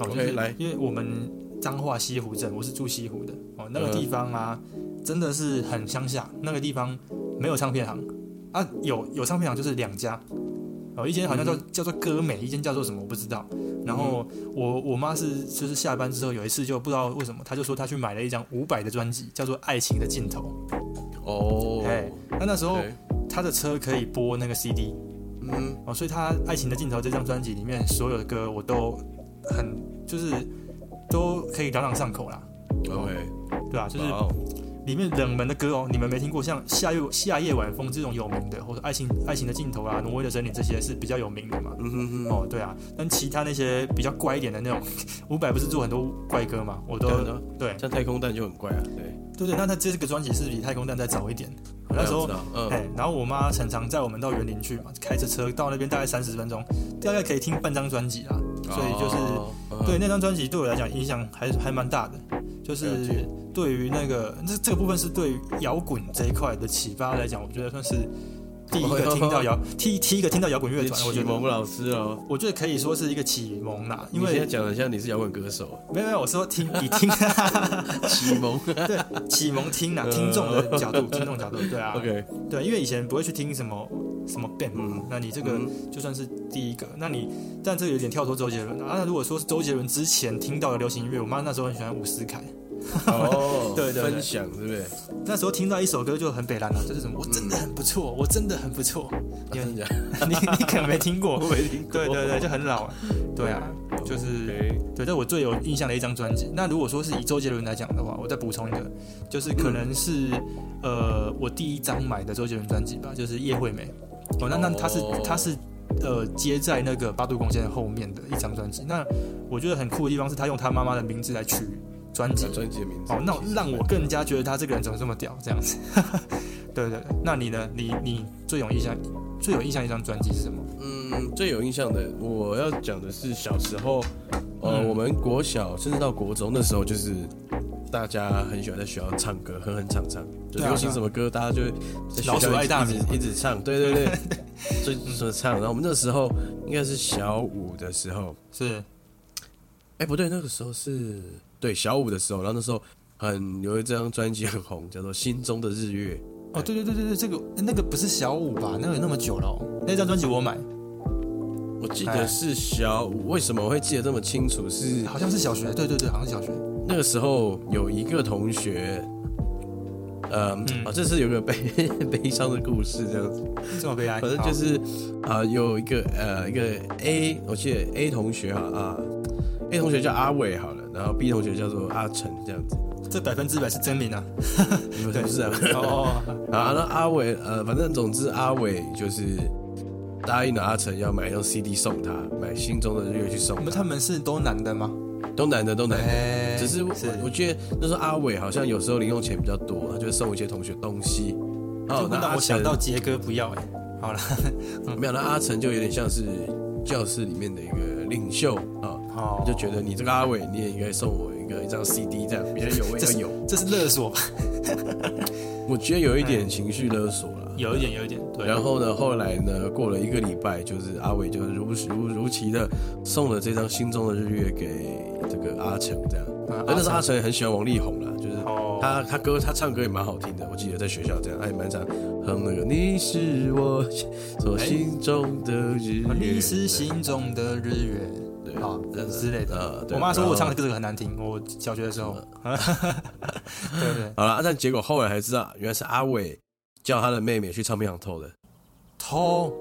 Speaker 2: 哦
Speaker 1: OK，
Speaker 2: 就是
Speaker 1: 来
Speaker 2: 因为我们彰化西湖镇，我是住西湖的哦，那个
Speaker 1: 嗯
Speaker 2: 地方啊、真的是很乡下，那个地方没有唱片行啊，有有唱片行就是两家。哦，一间好像
Speaker 1: 嗯
Speaker 2: 叫、叫做歌美，一间叫做什么我不知道。然后我我妈是就是下班之后有一次就不知道为什么，她就说她去买了一张伍佰的专辑，叫做《爱情的尽头》。
Speaker 1: 哦，
Speaker 2: 哎，那那时候
Speaker 1: OK，
Speaker 2: 她的车可以播那个 CD
Speaker 1: 嗯，
Speaker 2: 哦，所以她《爱情的尽头》这张专辑里面所有的歌我都很就是都可以朗朗上口啦，
Speaker 1: ，OK，
Speaker 2: 对吧、就是
Speaker 1: 哇哦
Speaker 2: 里面冷门的歌哦，你们没听过，像夏夜夏夜晚风这种有名的，或者爱情爱情的尽头啊，挪威的森林这些是比较有名的嘛。
Speaker 1: 嗯哼哼，
Speaker 2: 哦，对啊，但其他那些比较怪一点的那种，伍佰不是做很多怪歌嘛，我都
Speaker 1: 对啊
Speaker 2: 对
Speaker 1: 像太空蛋就很怪啊，对，
Speaker 2: 对对，那他这个专辑是比太空蛋再早一点，那时
Speaker 1: 我
Speaker 2: 候
Speaker 1: 知。道，嗯，
Speaker 2: 哎，然后我妈常常载我们到园林去嘛，开着车到那边大概三十分钟，大概可以听半张专辑啦。所以就是、
Speaker 1: 哦
Speaker 2: 对，那张专辑对我来讲影响还还蛮大的，就是
Speaker 1: 了解
Speaker 2: 对于那个这这个部分是对于摇滚这一块的启发来讲，我觉得算是第一个 听到摇第第一个听到摇滚乐
Speaker 1: 你
Speaker 2: 团，我觉
Speaker 1: 哦启
Speaker 2: 得
Speaker 1: 蒙老师哦，
Speaker 2: 我觉得可以说是一个启蒙啦，因
Speaker 1: 你现在
Speaker 2: 为
Speaker 1: 讲的像你是摇滚歌 手，
Speaker 2: 没有没有，我说听你听
Speaker 1: 启蒙
Speaker 2: 对启蒙听啦，听众的角度，听众角度，对啊
Speaker 1: 呃，OK，
Speaker 2: 对，因为以前不会去听什么什么 band 嘛，
Speaker 1: 嗯
Speaker 2: 那你这个 就算是第一个，那你但这个有点跳脱周杰伦啊。那如果说是周杰伦之前听到的流行音乐，我妈那时候很喜欢伍思凯，
Speaker 1: 哦，
Speaker 2: 对对对
Speaker 1: 分享是不是？
Speaker 2: 那时候听到一首歌就很北蓝了、就是什么我真的很不错，我真的很不错， 因为
Speaker 1: 真的假
Speaker 2: 你你可能没听过
Speaker 1: 的？，没听
Speaker 2: 对对对，就很老啊，对啊，就是。对，这是我最有印象的一张专辑。那如果说是以周杰伦来讲的话，我再补充一个，就是可能是、呃我第一张买的周杰伦专辑吧，就是《叶惠美》。哦，那那它是
Speaker 1: 哦
Speaker 2: 它是呃接在那个八度空间后面的一张专辑。那我觉得很酷的地方是他用他妈妈的名字来取专辑
Speaker 1: 讲。专辑的名字。
Speaker 2: 哦，那我让我更加觉得他这个人怎么这么屌 这样子。对对对，那你呢？你你最有印象最有印象一张专辑是什么？
Speaker 1: 嗯，最有印象的，我要讲的是小时候，呃，
Speaker 2: 嗯
Speaker 1: 我们国小甚至到国中那时候，就是大家很喜欢在学校唱歌，哼哼唱唱，就
Speaker 2: 对啊
Speaker 1: 流行什么歌，大家就会在学校
Speaker 2: 老鼠
Speaker 1: 一直
Speaker 2: 爱大米
Speaker 1: 一直一直唱，对对 对，所以所以唱。然后我们那时候应该是小五的时候，
Speaker 2: 是
Speaker 1: 哎，不对，那个时候是对小五的时候，然后那时候很有一张专辑很红，叫做《心中的日月》。
Speaker 2: 哦，对对对对对，这个那个不是小五吧？那个有那么久了、哦，那张专辑我买，
Speaker 1: 我记
Speaker 2: 哎
Speaker 1: 得是小五，为什么我会记得这么清楚？是
Speaker 2: 好像是小学，对对对，好像是小学。
Speaker 1: 那个时候有一个同学，呃，
Speaker 2: 嗯
Speaker 1: 哦，这是有个悲 悲伤的故事，这样子，
Speaker 2: 这么悲哀。
Speaker 1: 反正
Speaker 2: 好
Speaker 1: 就是啊、有一个呃一个 A，我记得 A 同学啊啊，A 同学叫阿伟好了，然后 B 同学叫做阿成这样子，
Speaker 2: 这百分之百是真名啊！
Speaker 1: 你们是不是啊？
Speaker 2: 哦，
Speaker 1: 啊，那阿伟，呃，反正总之阿伟就是答应了阿成要买一张 CD 送他，买心中的乐去送
Speaker 2: 我们
Speaker 1: 他
Speaker 2: 他，们是都男的吗？
Speaker 1: 都难得都难得。
Speaker 2: 哎
Speaker 1: 只是我我觉得那时候阿伟好像有时候零用钱比较多，他啊就会送一些同学东西。
Speaker 2: 这
Speaker 1: 哦，
Speaker 2: 会
Speaker 1: 那
Speaker 2: 让
Speaker 1: 阿
Speaker 2: 我想
Speaker 1: 成
Speaker 2: 到杰哥不要哎、好了，
Speaker 1: 没有，那阿成就有点像是教室里面的一个领袖啊，
Speaker 2: 哦，
Speaker 1: 就觉得你这个阿伟，你也应该送我一个一张 CD 这样，比较有味
Speaker 2: 这
Speaker 1: 要
Speaker 2: 是
Speaker 1: 有。
Speaker 2: 这是勒索吧？
Speaker 1: 我觉得有一点情绪勒索了。
Speaker 2: 有一点，有一点，对，
Speaker 1: 然后呢，后来呢，过了一个礼拜，就是阿伟就是如如如期的送了这张《心中的日月》给这个阿成，这样。
Speaker 2: 啊
Speaker 1: 但那时候阿成也很喜欢王力宏啦，就是
Speaker 2: 哦
Speaker 1: 他他歌他唱歌也蛮好听的，我记得在学校这样，他哎也蛮常哼那个你是我所心中的日月，
Speaker 2: 哎啊你是心中的日月。
Speaker 1: 对
Speaker 2: 啊
Speaker 1: 对
Speaker 2: 之类的，
Speaker 1: 呃，对
Speaker 2: 我妈说我唱。
Speaker 1: 然
Speaker 2: 的
Speaker 1: 后
Speaker 2: 这个很难听，我小学的时候， 对对，
Speaker 1: 好啊了，但结果后来才知道，原来是阿伟叫他的妹妹去唱片行偷的，
Speaker 2: 偷，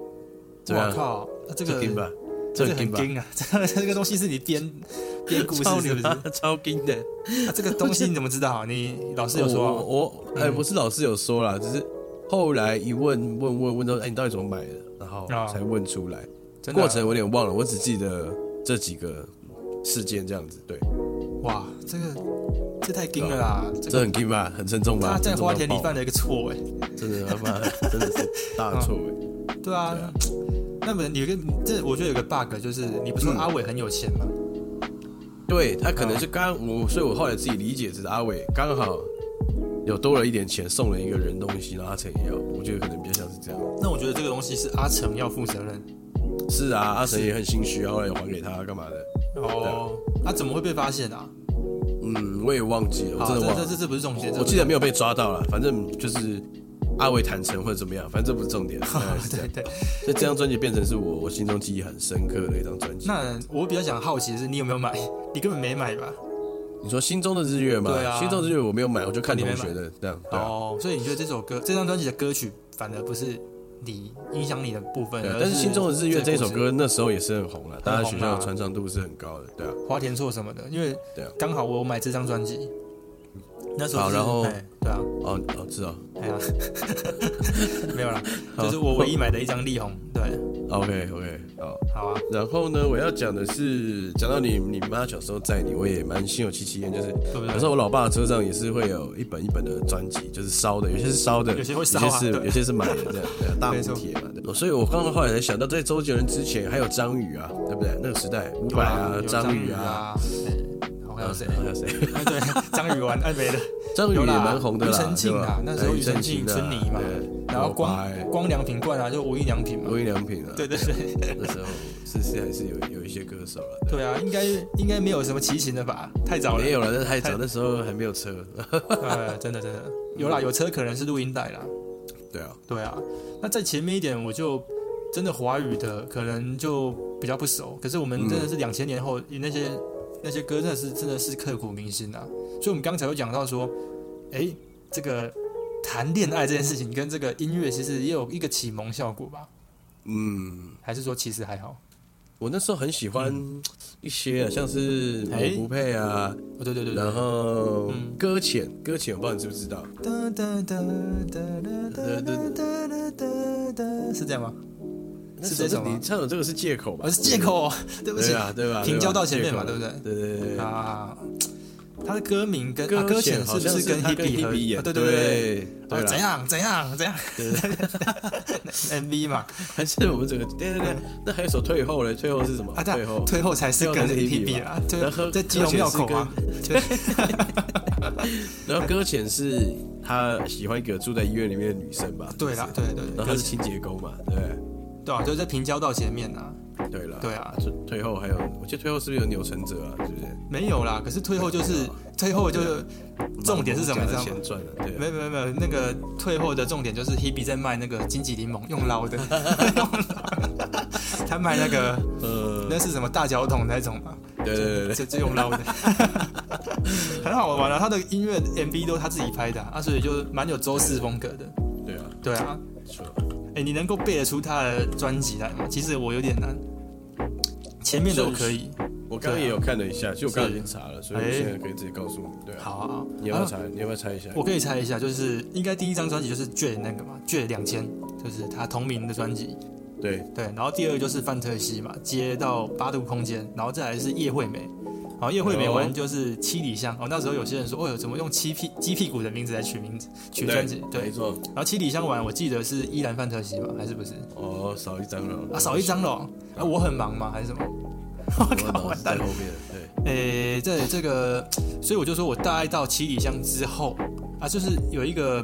Speaker 1: 对啊
Speaker 2: 我靠，那这
Speaker 1: 这
Speaker 2: 个
Speaker 1: 个吧，
Speaker 2: 这个
Speaker 1: 很
Speaker 2: 很
Speaker 1: 吧，
Speaker 2: 惊啊， 这个这个东西是你编编故 事
Speaker 1: 超
Speaker 2: 是不
Speaker 1: 牛
Speaker 2: 是？啊
Speaker 1: 啊超惊的。
Speaker 2: 这个东西你怎么知道？你老师有说
Speaker 1: 我
Speaker 2: 啊，
Speaker 1: 我我哎、不是老师有说啦，只是后来一问问问问到哎、你到底怎么买的，然后
Speaker 2: 啊
Speaker 1: 才问出来。
Speaker 2: 真的啊
Speaker 1: 过程我有点忘了，我只记得这几个事件这样子。对，
Speaker 2: 哇，这个这太惊了啦，这
Speaker 1: 这
Speaker 2: 个
Speaker 1: 很 king 吧，很沉重吧？
Speaker 2: 他在
Speaker 1: 沉重到
Speaker 2: 花田里
Speaker 1: 爆
Speaker 2: 犯啊了一个错哎，
Speaker 1: 真的他妈真的是大错哎、
Speaker 2: 对啊
Speaker 1: 对啊，
Speaker 2: 那么有一个这我觉得有个 bug 就是你不是说阿伟很有钱吗？
Speaker 1: 对他可能是刚我，所以我后来自己理解，只是阿伟刚好有多了一点钱，送了一个人东西，然后阿成也要，我觉得可能比较像是这样。
Speaker 2: 那我觉得这个东西是阿成要负责任
Speaker 1: 是啊，阿成也很心虚，后来有还给他干嘛的？
Speaker 2: 哦，他怎么会被发现啊？
Speaker 1: 嗯，我也忘记了，我
Speaker 2: 啊，
Speaker 1: 真
Speaker 2: 这
Speaker 1: 的忘了
Speaker 2: 这。这这不是重点，
Speaker 1: 我记
Speaker 2: 得
Speaker 1: 得没有被抓到了，反正就是阿伟坦诚或者怎么样，反正这不是重 点，大概是这
Speaker 2: 对
Speaker 1: 样。
Speaker 2: 对。
Speaker 1: 所以这张专辑变成是我我心中记忆很深刻的一张专辑。
Speaker 2: 那我比较想好奇的是，你有没有买？ 你根本没买吧？
Speaker 1: 你说《心中的日月》嘛，
Speaker 2: 对啊
Speaker 1: 心中的日月》我没有买，我就看
Speaker 2: 你没
Speaker 1: 同
Speaker 2: 买
Speaker 1: 学的这样。对啊，
Speaker 2: 哦，所以你觉得这首歌、这张专辑的歌曲反而不是你影响你的部分，
Speaker 1: 对啊
Speaker 2: 而
Speaker 1: 但是《心中的日月》这
Speaker 2: 这
Speaker 1: 首歌那时候也是很红
Speaker 2: 啊
Speaker 1: 了，大家学校的传唱度是很高的。对啊，
Speaker 2: 花田错什么的，因为
Speaker 1: 对啊
Speaker 2: 刚好我有买这张专辑，那时候
Speaker 1: 好
Speaker 2: 就是
Speaker 1: 然后
Speaker 2: 哎对啊，
Speaker 1: 哦哦，知道。
Speaker 2: 哎呀， 没有啦，就是我唯一买的一张力宏，对，
Speaker 1: OK OK，好。
Speaker 2: 好啊，
Speaker 1: 啊哦然后呢，我要讲的是，讲到你你妈小时候载你，我也蛮心有戚戚焉，就是
Speaker 2: 对不
Speaker 1: 有时
Speaker 2: 对？
Speaker 1: 候我老爸的车上也是会有一本一本的专辑，就是烧的，有些是烧的，
Speaker 2: 有些会烧啊
Speaker 1: 有些是
Speaker 2: 对
Speaker 1: 有些是买的， 这样对啊大
Speaker 2: 没
Speaker 1: 补
Speaker 2: 错
Speaker 1: 贴嘛。对所以我刚刚后来才想到，在周杰伦之前还有张宇啊，对不对？那个时代，伍佰啊
Speaker 2: 有，
Speaker 1: 张
Speaker 2: 宇
Speaker 1: 宇啊，，
Speaker 2: 哎好 还有谁？
Speaker 1: 还嗯有谁？
Speaker 2: 哎对，张宇完，哎没了。
Speaker 1: 张宇也
Speaker 2: 有啦
Speaker 1: 蛮红的啦，
Speaker 2: 庾澄庆啊
Speaker 1: 对吧
Speaker 2: 那时候
Speaker 1: 哎
Speaker 2: 庾澄庆
Speaker 1: 啊
Speaker 2: 孙妮嘛
Speaker 1: 对
Speaker 2: 然后
Speaker 1: 伍
Speaker 2: 光
Speaker 1: 佰
Speaker 2: 光良品冠啊，就无印良品嘛
Speaker 1: 无。印良品啊，
Speaker 2: 对对对，
Speaker 1: 那时候是是还是有有一些歌手了，
Speaker 2: 对啊，应该应该没有什么骑行的吧？太早了
Speaker 1: 没，有了，那太早，那时候还没有车，
Speaker 2: 呃，真的真的有啦，有车可能是录音带啦。
Speaker 1: 对啊，
Speaker 2: 对啊，那在前面一点，我就真的华语的可能就比较不熟，可是我们真的是两千年后那些那些歌真的是真的是刻骨铭心啊。所以我们刚才有讲到说，哎，这个谈恋爱这件事情跟这个音乐其实也有一个启蒙效果吧？
Speaker 1: 嗯。
Speaker 2: 还是说其实还好？
Speaker 1: 我那时候很喜欢一些、啊，像是我
Speaker 2: 哎
Speaker 1: 不配啊，
Speaker 2: 哦，对对对对
Speaker 1: 然。后
Speaker 2: 嗯
Speaker 1: 搁浅，搁浅，我不知道你知不知道，
Speaker 2: 哒哒哒哒哒哒哒哒哒哒，是这样吗？是这首吗
Speaker 1: 你唱的这啊个是借口吧
Speaker 2: 我？是借口哦，对不起
Speaker 1: 对啊，对吧？
Speaker 2: 平交道前面嘛
Speaker 1: 借口
Speaker 2: 对不
Speaker 1: 对对对对。
Speaker 2: 啊。它的歌名跟啊
Speaker 1: 搁
Speaker 2: 搁浅
Speaker 1: 好
Speaker 2: 是不
Speaker 1: 像
Speaker 2: 是跟
Speaker 1: 他跟
Speaker 2: Hebe 合
Speaker 1: Hebe 演？
Speaker 2: 啊对
Speaker 1: 对
Speaker 2: 对
Speaker 1: 对哦
Speaker 2: 啊
Speaker 1: 啦，
Speaker 2: 怎样怎样怎样 MV 嘛
Speaker 1: 还是我们整个对对对，那还有一首退后嘞，退后是什么？
Speaker 2: 嗯啊，
Speaker 1: 退
Speaker 2: 对
Speaker 1: 后，，
Speaker 2: 退后才是跟 Hebe 啊，
Speaker 1: 然后
Speaker 2: 对，在基隆庙口啊，对
Speaker 1: 然后搁浅是他喜欢一个住在医院里面的女生吧？
Speaker 2: 对啦
Speaker 1: 是不
Speaker 2: 对
Speaker 1: 是
Speaker 2: 对对
Speaker 1: 然后他是清洁工嘛，对不对？
Speaker 2: 对啊，就是在平交道前面啊，
Speaker 1: 对了，
Speaker 2: 对啊，
Speaker 1: 退退后还有，我记得退后是不是有钮承泽啊？是不是？
Speaker 2: 没有啦，可是退后就是退后就是重点是什么？你知道吗
Speaker 1: 钱？赚了，对啊，
Speaker 2: 没有没有没有，那个退后的重点就是 Hebe 在卖那个金桔柠檬用捞的， 他卖那个
Speaker 1: 呃，啊
Speaker 2: 那是什么大脚桶那种嘛，
Speaker 1: 对对对对，
Speaker 2: 这这用捞的，很好玩啊，他的音乐 MV 都是他自己拍的啊，啊所以就蛮有周氏风格的。
Speaker 1: 对啊，
Speaker 2: 对啊，
Speaker 1: 错，
Speaker 2: 哎、你能够背得出他的专辑来吗？其实我有点难，前面的我可以。
Speaker 1: 我刚刚也有看了一下，其实我刚刚已经查了，所以我
Speaker 2: 哎
Speaker 1: 现在可以直接告诉你。对啊，
Speaker 2: 好啊，好
Speaker 1: 你要不要
Speaker 2: 啊
Speaker 1: 猜？你要不要猜一下？
Speaker 2: 我可以猜一下，就是应该第一张专辑就是《倔》那个嘛，《倔两千》就是他同名的专辑。
Speaker 1: 对，
Speaker 2: 对，然后第二个就是范特西嘛，接到八度空间，然后再来是叶惠美，然后叶惠美
Speaker 1: 哦
Speaker 2: 完就是七里香。哦，那时候有些人说，哦哟，怎么用七屁鸡屁股的名字来取名字取专辑？
Speaker 1: 没
Speaker 2: 对，
Speaker 1: 错。
Speaker 2: 然后七里香完，我记得是依然范特西吧，还是不是？
Speaker 1: 哦，少一张了
Speaker 2: 啊，少一张了哦、啊，我很忙吗？还是什么？
Speaker 1: 我脑子在后面。对，
Speaker 2: 诶、在这个，所以我就说我大爱到七里香之后啊，就是有一个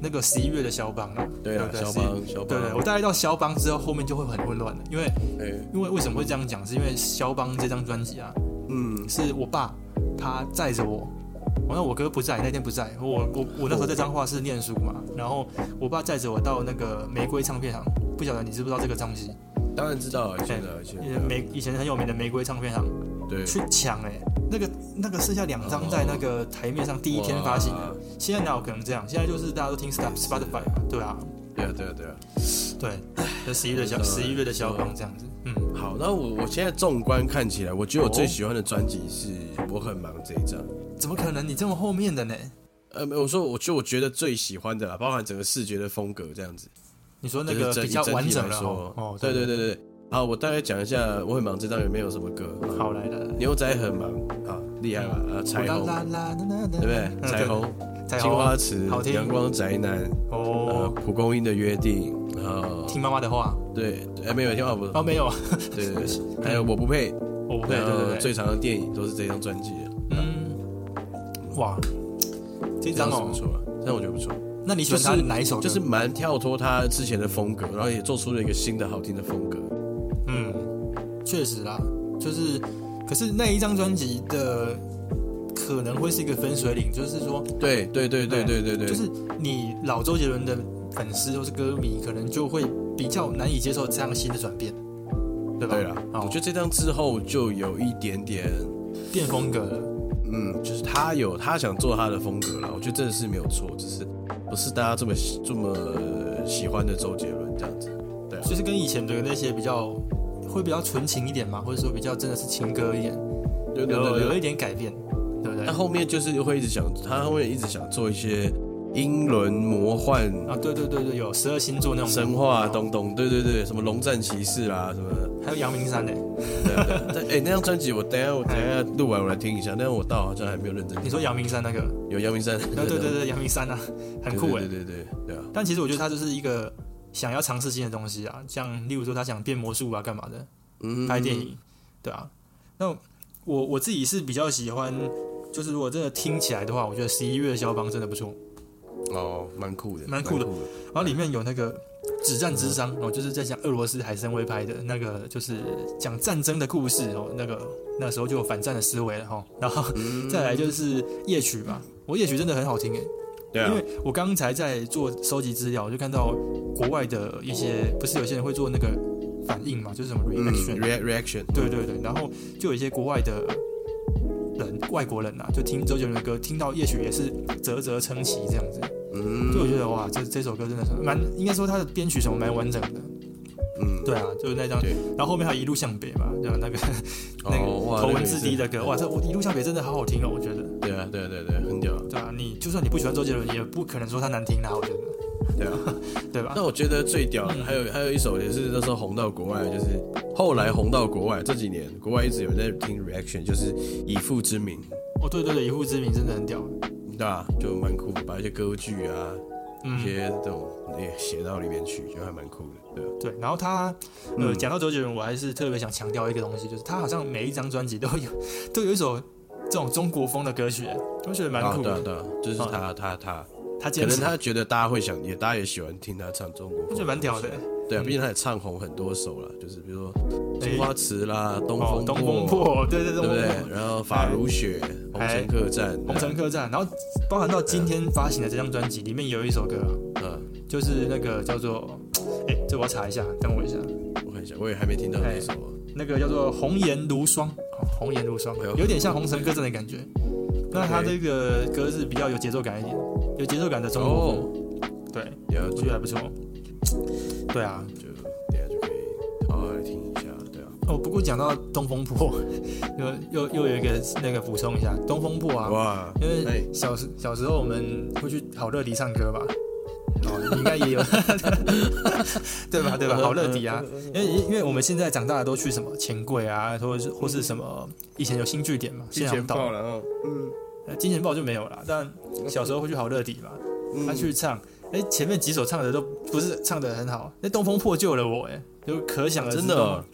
Speaker 2: 那个十一月的肖邦啊，
Speaker 1: 对啊
Speaker 2: 不对
Speaker 1: 肖
Speaker 2: 11
Speaker 1: 邦肖邦
Speaker 2: 对对，我大概到肖邦之后，后面就会很混乱了，因为
Speaker 1: 哎，
Speaker 2: 因为为什么会这样讲，是因为肖邦这张专辑啊，
Speaker 1: 嗯，
Speaker 2: 是我爸他载着我。我那我哥不在，那天不在。我我我那时候在彰化市念书嘛，然后我爸载着我到那个玫瑰唱片行，不晓得你知不知道这个东西？
Speaker 1: 当然知道啊，现在现
Speaker 2: 因为
Speaker 1: 在
Speaker 2: 玫以前很有名的玫瑰唱片行，
Speaker 1: 对，
Speaker 2: 哎去抢哎、那个那个剩下两张在那个台面上第一天发行的，
Speaker 1: 哇
Speaker 2: 现在哪有可能这样？现在就是大家都听 Sp- Spotify 嘛，对啊，
Speaker 1: 对啊，对啊，对啊。
Speaker 2: 对，这十一月的
Speaker 1: 不
Speaker 2: 小
Speaker 1: 知道
Speaker 2: 十一月的小榜这样子，嗯，
Speaker 1: 好，那我我现在纵观看起来，我觉得我最喜欢的专辑是《我很忙》这一张。
Speaker 2: 怎么可能你这么后面的呢？
Speaker 1: 呃，没有，我说，我就我觉得最喜欢的啦，包含整个视觉的风格这样子，
Speaker 2: 你说那
Speaker 1: 就是
Speaker 2: 个
Speaker 1: 整
Speaker 2: 比较
Speaker 1: 以整体
Speaker 2: 完整
Speaker 1: 来
Speaker 2: 了
Speaker 1: 说
Speaker 2: 哦，哦
Speaker 1: 对对，对对。对好，我大概讲一下《我很忙》这张里面有什么歌。啊
Speaker 2: 好来来来，
Speaker 1: 牛仔很忙啊，厉害吧？
Speaker 2: 嗯
Speaker 1: 啊，彩虹，
Speaker 2: 啦啦啦啦啦啦，
Speaker 1: 对不对？彩虹、
Speaker 2: 嗯，彩
Speaker 1: 青
Speaker 2: 虹
Speaker 1: 花瓷
Speaker 2: 好、听
Speaker 1: 阳光宅男、呃
Speaker 2: 哦，，
Speaker 1: 蒲公英的约定，然后
Speaker 2: 听妈妈的话
Speaker 1: 对，哎，没有听话不？
Speaker 2: 哦，没有，
Speaker 1: 对对对，还有我不配，
Speaker 2: 我不对
Speaker 1: 然后
Speaker 2: 对对对，
Speaker 1: 最长的电影都是这张专辑，啊
Speaker 2: 嗯，哇，这张
Speaker 1: 是不
Speaker 2: 哦，
Speaker 1: 错啊，这张我觉得不错，
Speaker 2: 那你喜欢
Speaker 1: 就
Speaker 2: 他
Speaker 1: 是
Speaker 2: 哪一首歌？
Speaker 1: 就是蛮跳脱他之前的风格，然后也做出了一个新的好听的风格。
Speaker 2: 嗯，确实啦，就是，可是那一张专辑的可能会是一个分水岭，就是说，
Speaker 1: 对对对对对对对，
Speaker 2: 就是你老周杰伦的粉丝都是歌迷，可能就会比较难以接受这样新的转变，对吧？哦
Speaker 1: 对了，
Speaker 2: 好
Speaker 1: 我觉得这张之后就有一点点，
Speaker 2: 变风格了，
Speaker 1: 嗯，就是他有他想做他的风格了，我觉得真的是没有错，只是不是大家这么喜这么喜欢的周杰伦这样子。
Speaker 2: 就是跟以前的那些比较，会比较纯情一点嘛，或者说比较真的是情歌一点，
Speaker 1: 对对对
Speaker 2: 有啊
Speaker 1: 对
Speaker 2: 有一点改变，对不对？
Speaker 1: 他后面就是会一直想，他后面一直想做一些英伦魔幻、
Speaker 2: 啊，对对对对，有十二星座那种
Speaker 1: 神话
Speaker 2: 东，
Speaker 1: 东东，对对对，什么龙战骑士啦，什么 的，
Speaker 2: 还有阳明山呢。
Speaker 1: 对啊对啊。但哎、那张专辑我等一下我等一下录完我来听一下，但是我到好像还没有认真
Speaker 2: 你
Speaker 1: 听。
Speaker 2: 说阳明山那个？
Speaker 1: 有阳明山，
Speaker 2: 对对对对，阳明山啊，很酷哎
Speaker 1: 对。对对对对啊，
Speaker 2: 但其实我觉得他就是一个想要尝试新的东西啊，像例如说他想变魔术啊，干嘛的，
Speaker 1: 嗯，
Speaker 2: 拍电影，对啊。那我我自己是比较喜欢，就是如果真的听起来的话，我觉得十一月的肖邦真的不错。
Speaker 1: 哦，蛮酷的，
Speaker 2: 蛮酷的然后里面有那个止战之殇，
Speaker 1: 嗯
Speaker 2: 哦，就是在讲俄罗斯海参崴拍的那个，就是讲战争的故事哦。那个那时候就有反战的思维了哈、哦。然后再来就是夜曲吧，
Speaker 1: 嗯
Speaker 2: 我夜曲真的很好听诶。
Speaker 1: 对
Speaker 2: 因
Speaker 1: 啊
Speaker 2: 为，我刚才在做收集资料，我就看到国外的一些，不是有些人会做那个反应嘛，就是什么
Speaker 1: 嗯
Speaker 2: reaction，、
Speaker 1: ，re reaction，
Speaker 2: 对对对，然后就有一些国外的人，外国人啊，就听周杰伦的歌，听到也许也是啧啧称奇这样子，
Speaker 1: 嗯，
Speaker 2: 就我觉得哇，这这首歌真的是蛮，应该说它的编曲什么蛮完整的，
Speaker 1: 嗯，
Speaker 2: 对啊，就是那张
Speaker 1: 对，
Speaker 2: 然后后面还有一路向北嘛，对吧、啊那个那
Speaker 1: 哦哇
Speaker 2: 个头
Speaker 1: 那
Speaker 2: 文
Speaker 1: 个
Speaker 2: 字
Speaker 1: 是
Speaker 2: D 的歌，哇，这我一路向北真的好好听哦，我觉得，
Speaker 1: 对啊，对啊对啊对啊，很屌啊，
Speaker 2: 对啊，你就算你不喜欢周杰伦，也不可能说他难听啦，我觉得，
Speaker 1: 对啊。
Speaker 2: 对吧？
Speaker 1: 那我觉得最屌
Speaker 2: 嗯
Speaker 1: 的还有还有一首也是那时候红到国外，就是后来红到国外这几年，国外一直有人在听 reaction，就是以父之名，
Speaker 2: 哦，对对对，以父之名真的很屌。
Speaker 1: 对吧、就蛮酷的，把一些歌剧啊，一
Speaker 2: 嗯，
Speaker 1: 些这种也写到里面去，就还蛮酷的，对啊吧、
Speaker 2: 对。然后他，呃，
Speaker 1: 嗯
Speaker 2: 讲到周杰伦，我还是特别想强调一个东西，就是他好像每一张专辑都有 都有一首这种中国风的歌曲，我觉得蛮
Speaker 1: 啊
Speaker 2: 酷
Speaker 1: 对啊
Speaker 2: 的。
Speaker 1: 对啊，就是他他他，
Speaker 2: 他
Speaker 1: 可
Speaker 2: 坚
Speaker 1: 能
Speaker 2: 持，
Speaker 1: 他觉得大家会想，也大家也喜欢听他唱中国
Speaker 2: 我
Speaker 1: 风，
Speaker 2: 觉得蛮屌的。
Speaker 1: 对啊，
Speaker 2: 嗯
Speaker 1: 毕竟他也唱红很多首了，就是比如说《
Speaker 2: 哎
Speaker 1: 青花瓷》啦，《东
Speaker 2: 哦
Speaker 1: 风，
Speaker 2: 东风破，对对
Speaker 1: 对
Speaker 2: 对，东
Speaker 1: 不
Speaker 2: 风
Speaker 1: 对
Speaker 2: 破？
Speaker 1: 然后《法如雪》《红
Speaker 2: 哎
Speaker 1: 尘客栈》
Speaker 2: 红尘客栈，然后包含到今天发行的这张专辑里面有一首歌啊，
Speaker 1: 啊，
Speaker 2: 就是那个叫做，哎，这我要查一下，等我一下，
Speaker 1: 我看一下，我也还没听到那首
Speaker 2: 哎
Speaker 1: 啊。
Speaker 2: 那个叫做红颜如霜，哦红颜如霜
Speaker 1: 哎呦，
Speaker 2: 有点像红尘客栈的感觉。那那他这个歌是比较有节奏感一点，有节奏感的中国
Speaker 1: 哦
Speaker 2: 风，，对，
Speaker 1: 了
Speaker 2: 我
Speaker 1: 解
Speaker 2: 觉得还不错。对啊，
Speaker 1: 就等一下就可以好好来听一下，对啊，
Speaker 2: 哦，不过讲到东风破， 又又又有一个那个补充一下，东风破啊，
Speaker 1: 哇，
Speaker 2: 因为
Speaker 1: 哎，
Speaker 2: 小时小时候我们会去好乐迪唱歌吧，哦， 你应该也有，对吧？对吧？好乐迪啊，因为因为我们现在长大的都去什么钱柜啊，或者是或是什么以前有新据点嘛，
Speaker 1: 金
Speaker 2: 现场
Speaker 1: 钱
Speaker 2: 岛
Speaker 1: 爆，了哦，嗯，
Speaker 2: 呃金钱豹就没有了，但小时候会去好乐迪嘛，
Speaker 1: 嗯
Speaker 2: 他去唱，哎、前面几首唱的都不是唱的很好，那《东风破》救了我、哎，就可想而知。
Speaker 1: 真的哦，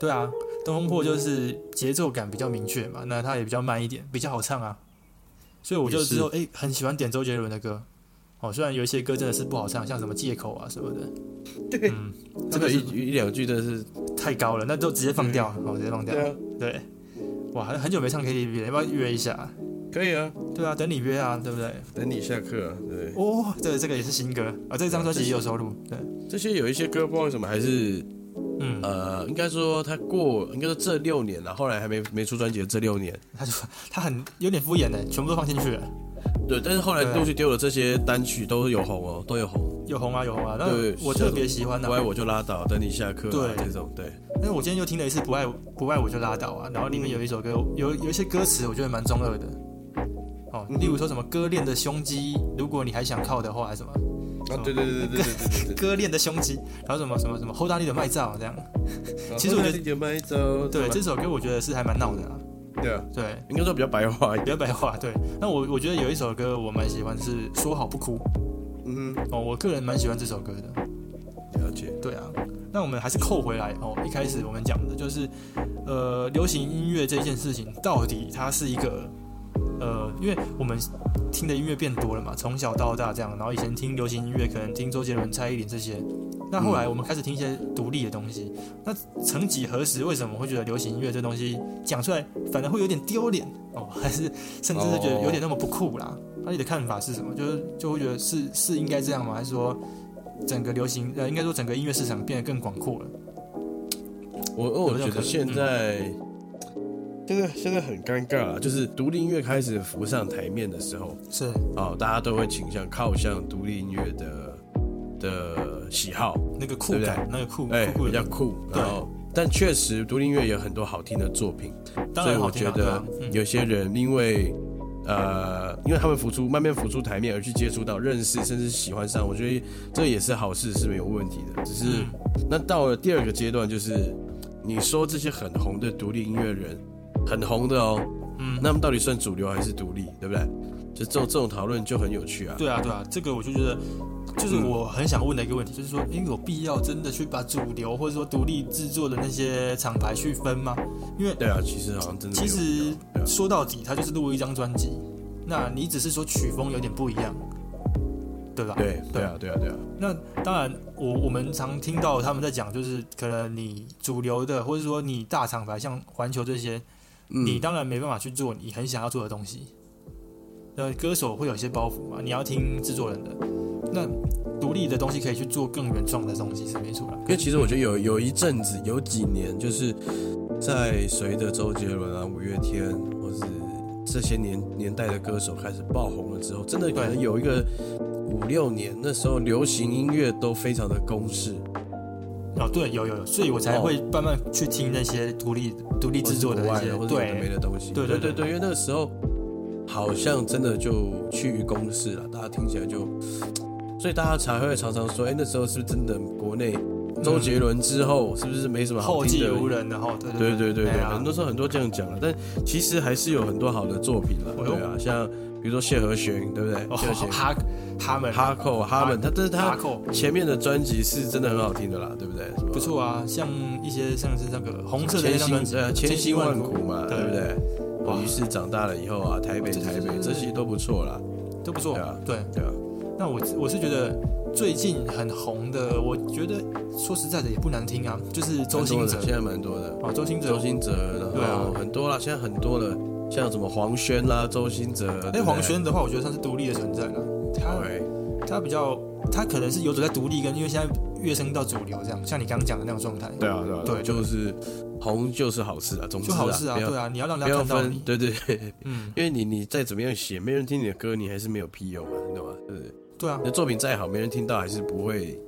Speaker 2: 对啊，《东风破》就是节奏感比较明确嘛，那它也比较慢一点，比较好唱啊。所以我就
Speaker 1: 也是
Speaker 2: 之后哎、很喜欢点周杰伦的歌。哦，虽然有一些歌真的是不好唱，像什么借口啊什么的，
Speaker 1: 对
Speaker 2: 嗯，
Speaker 1: 这个一一两句真的是，
Speaker 2: 太高了，那就直接放掉，好、直接放掉。
Speaker 1: 对啊，
Speaker 2: 对，哇，很很久没唱 KTV 了，要不要约一下？
Speaker 1: 可以啊，
Speaker 2: 对啊，等你约啊，对不对？
Speaker 1: 等你下课啊，对不
Speaker 2: 哦，对，这个也是新歌啊，这张专辑也有收录。对，
Speaker 1: 对？这些有一些歌不知道为什么还是
Speaker 2: 嗯，
Speaker 1: 呃，应该说他过，应该说这六年啊了，后来还没没出专辑的这六年，
Speaker 2: 他就 他很有点敷衍的，全部都放进去了，
Speaker 1: 对，啊但是后来
Speaker 2: 对
Speaker 1: 陆续丢的这些单曲都有红哦，都有红，
Speaker 2: 有红啊有红啊。那
Speaker 1: 对
Speaker 2: 我
Speaker 1: 是
Speaker 2: 特别喜欢的、
Speaker 1: 不爱我就拉倒，等你下课啊
Speaker 2: 对
Speaker 1: 这种，对，
Speaker 2: 但是我今天又听了一次《不爱我不爱我就拉倒》啊，然后里面有一首歌，有有一些歌词我觉得蛮中二的，哦，例如说什么割裂的胸肌，如果你还想靠的话，还是什么
Speaker 1: 啊对对对对对对对
Speaker 2: 割裂的胸肌，然后什么什么什么后大力的麦照这样。
Speaker 1: 对
Speaker 2: 其实我觉得
Speaker 1: 得麦走，
Speaker 2: 对，这首歌我觉得是还蛮闹的啊，
Speaker 1: 对啊，
Speaker 2: 对，
Speaker 1: 应该说比较白话一
Speaker 2: 比
Speaker 1: 点，
Speaker 2: 较白话。对，那我我觉得有一首歌我蛮喜欢是《说好不哭》
Speaker 1: 嗯，
Speaker 2: 哦，我个人蛮喜欢这首歌的。
Speaker 1: 了解，
Speaker 2: 对啊，那我们还是扣回来哦。一开始我们讲的就是，呃，流行音乐这件事情到底它是一个，呃，因为我们听的音乐变多了嘛，从小到大这样，然后以前听流行音乐可能听周杰伦、蔡依林这些，那后来我们开始听一些独立的东西。那曾几何时，为什么会觉得流行音乐这东西讲出来反而会有点丢脸哦， 还是甚至是觉得有点那么不酷啦？那你的看法是什么？就是就会觉得是是应该这样吗？还是说？整个流行，呃，应该说整个音乐市场变得更广阔了。
Speaker 1: 我
Speaker 2: 有
Speaker 1: 我
Speaker 2: 这种
Speaker 1: 觉
Speaker 2: 可
Speaker 1: 得
Speaker 2: 能
Speaker 1: 现在。现在现在很尴尬啊，就是独立音乐开始浮上台面的时候，
Speaker 2: 是，
Speaker 1: 哦，大家都会倾向靠向独立音乐的的喜好，
Speaker 2: 那个酷感，那个酷
Speaker 1: 哎、
Speaker 2: 酷酷
Speaker 1: 比较
Speaker 2: 的，
Speaker 1: 酷。
Speaker 2: 对
Speaker 1: 然后，但确实独立音乐有很多好听的作品，
Speaker 2: 当
Speaker 1: 所以
Speaker 2: 然好
Speaker 1: 我
Speaker 2: 听
Speaker 1: 觉
Speaker 2: 啊，对
Speaker 1: 得
Speaker 2: 啊，嗯
Speaker 1: 有些人因为、呃，因为他们浮出慢慢浮出台面而去接触到、认识，甚至喜欢上，我觉得这也是好事，是没有问题的。只是、
Speaker 2: 嗯
Speaker 1: 那到了第二个阶段，就是你说这些很红的独立音乐人，很红的哦，
Speaker 2: 嗯，
Speaker 1: 那么到底算主流还是独立，对不对？就这种这种讨论就很有趣啊。
Speaker 2: 对啊，对啊，这个我就觉得，就是
Speaker 1: 嗯
Speaker 2: 我很想问的一个问题，就是说，因为有必要真的去把主流或者说独立制作的那些厂牌去分吗？因为
Speaker 1: 对啊，其实好像真的没
Speaker 2: 其
Speaker 1: 有
Speaker 2: 实
Speaker 1: 对啊
Speaker 2: 说到底，它就是录一张专辑，那你只是说曲风有点不一样，对吧？
Speaker 1: 对对啊对啊对啊，
Speaker 2: 那当然，我我们常听到他们在讲，就是可能你主流的，或者说你大厂牌，像环球这些，
Speaker 1: 嗯
Speaker 2: 你当然没办法去做你很想要做的东西。那歌手会有一些包袱嘛，你要听制作人的。那独立的东西可以去做更原创的东西是没错啦。
Speaker 1: 因为其实我觉得有有一阵子有几年，就是在随着周杰伦啊、五月天，或是这些年年代的歌手开始爆红了之后，真的可能有一个五六年，那时候流行音乐都非常的公式，
Speaker 2: 哦，对，有有有，所以我
Speaker 1: 哦
Speaker 2: 才会慢慢去听那些独立独立制作的那
Speaker 1: 或
Speaker 2: 些
Speaker 1: 是国外的或，者有的没
Speaker 2: 对
Speaker 1: 的东西。
Speaker 2: 对
Speaker 1: 对
Speaker 2: 对
Speaker 1: 对
Speaker 2: 对
Speaker 1: 对，因为那个时候好像真的就趋于公式了，大家听起来就，所以大家才会常常说，哎，那时候是不是真的国内周杰伦之后是不是没什么好
Speaker 2: 后
Speaker 1: 听
Speaker 2: 继
Speaker 1: 的？
Speaker 2: 无人的后，对
Speaker 1: 对对对对，
Speaker 2: 哎呀
Speaker 1: 很多时候很多这样讲了，啊但其实还是有很多好的作品了，
Speaker 2: 哎呦
Speaker 1: 对啊，像比如说谢和弦，对不对？
Speaker 2: 哦
Speaker 1: 谢和弦、
Speaker 2: 哈哈们
Speaker 1: 哈扣、哈们，他但是他
Speaker 2: 哈扣。
Speaker 1: 前面的专辑是真的很好听的啦，对不对？什么
Speaker 2: 不错啊，像一些像是那个红色的那
Speaker 1: 千
Speaker 2: 张专辑
Speaker 1: 辛，呃千辛万苦嘛，
Speaker 2: 对
Speaker 1: 对不对？
Speaker 2: 哇
Speaker 1: 哇，于是长大了以后啊，台北
Speaker 2: 对对
Speaker 1: 台北
Speaker 2: 对对
Speaker 1: 这些都不错啦，
Speaker 2: 都不错
Speaker 1: 对啊。
Speaker 2: 对，
Speaker 1: 对啊，
Speaker 2: 那我我是觉得最近很红的，我觉得说实在的也不难听啊，就是周
Speaker 1: 蛮
Speaker 2: 兴
Speaker 1: 多的
Speaker 2: 哲
Speaker 1: 现在蛮多的，
Speaker 2: 哦，周兴
Speaker 1: 周
Speaker 2: 哲，
Speaker 1: 兴哲，
Speaker 2: 对
Speaker 1: 然
Speaker 2: 啊
Speaker 1: 后很多啦，现在很多了，像什么黄轩啦、周兴哲，对不
Speaker 2: 哎，
Speaker 1: 对
Speaker 2: 黄轩哦的话，我觉得算是独立的存在了，他
Speaker 1: 对，
Speaker 2: 他比较他可能是游走在独立跟因为现在跃升到主流这样，像你刚刚讲的那种状态，
Speaker 1: 对啊，对啊，对啊
Speaker 2: 对
Speaker 1: 就是红就是好事啊，总之
Speaker 2: 就好事啊，
Speaker 1: 不要
Speaker 2: 对啊，你要让大
Speaker 1: 不
Speaker 2: 家
Speaker 1: 要
Speaker 2: 看到
Speaker 1: 分
Speaker 2: 你，，
Speaker 1: 对对 对，
Speaker 2: 嗯，
Speaker 1: 因为你你再怎么样写，没人听你的歌，你还是没有屁用啊，你懂吗？对不对？
Speaker 2: 对啊
Speaker 1: 你，的作品再好，没人听到还是不会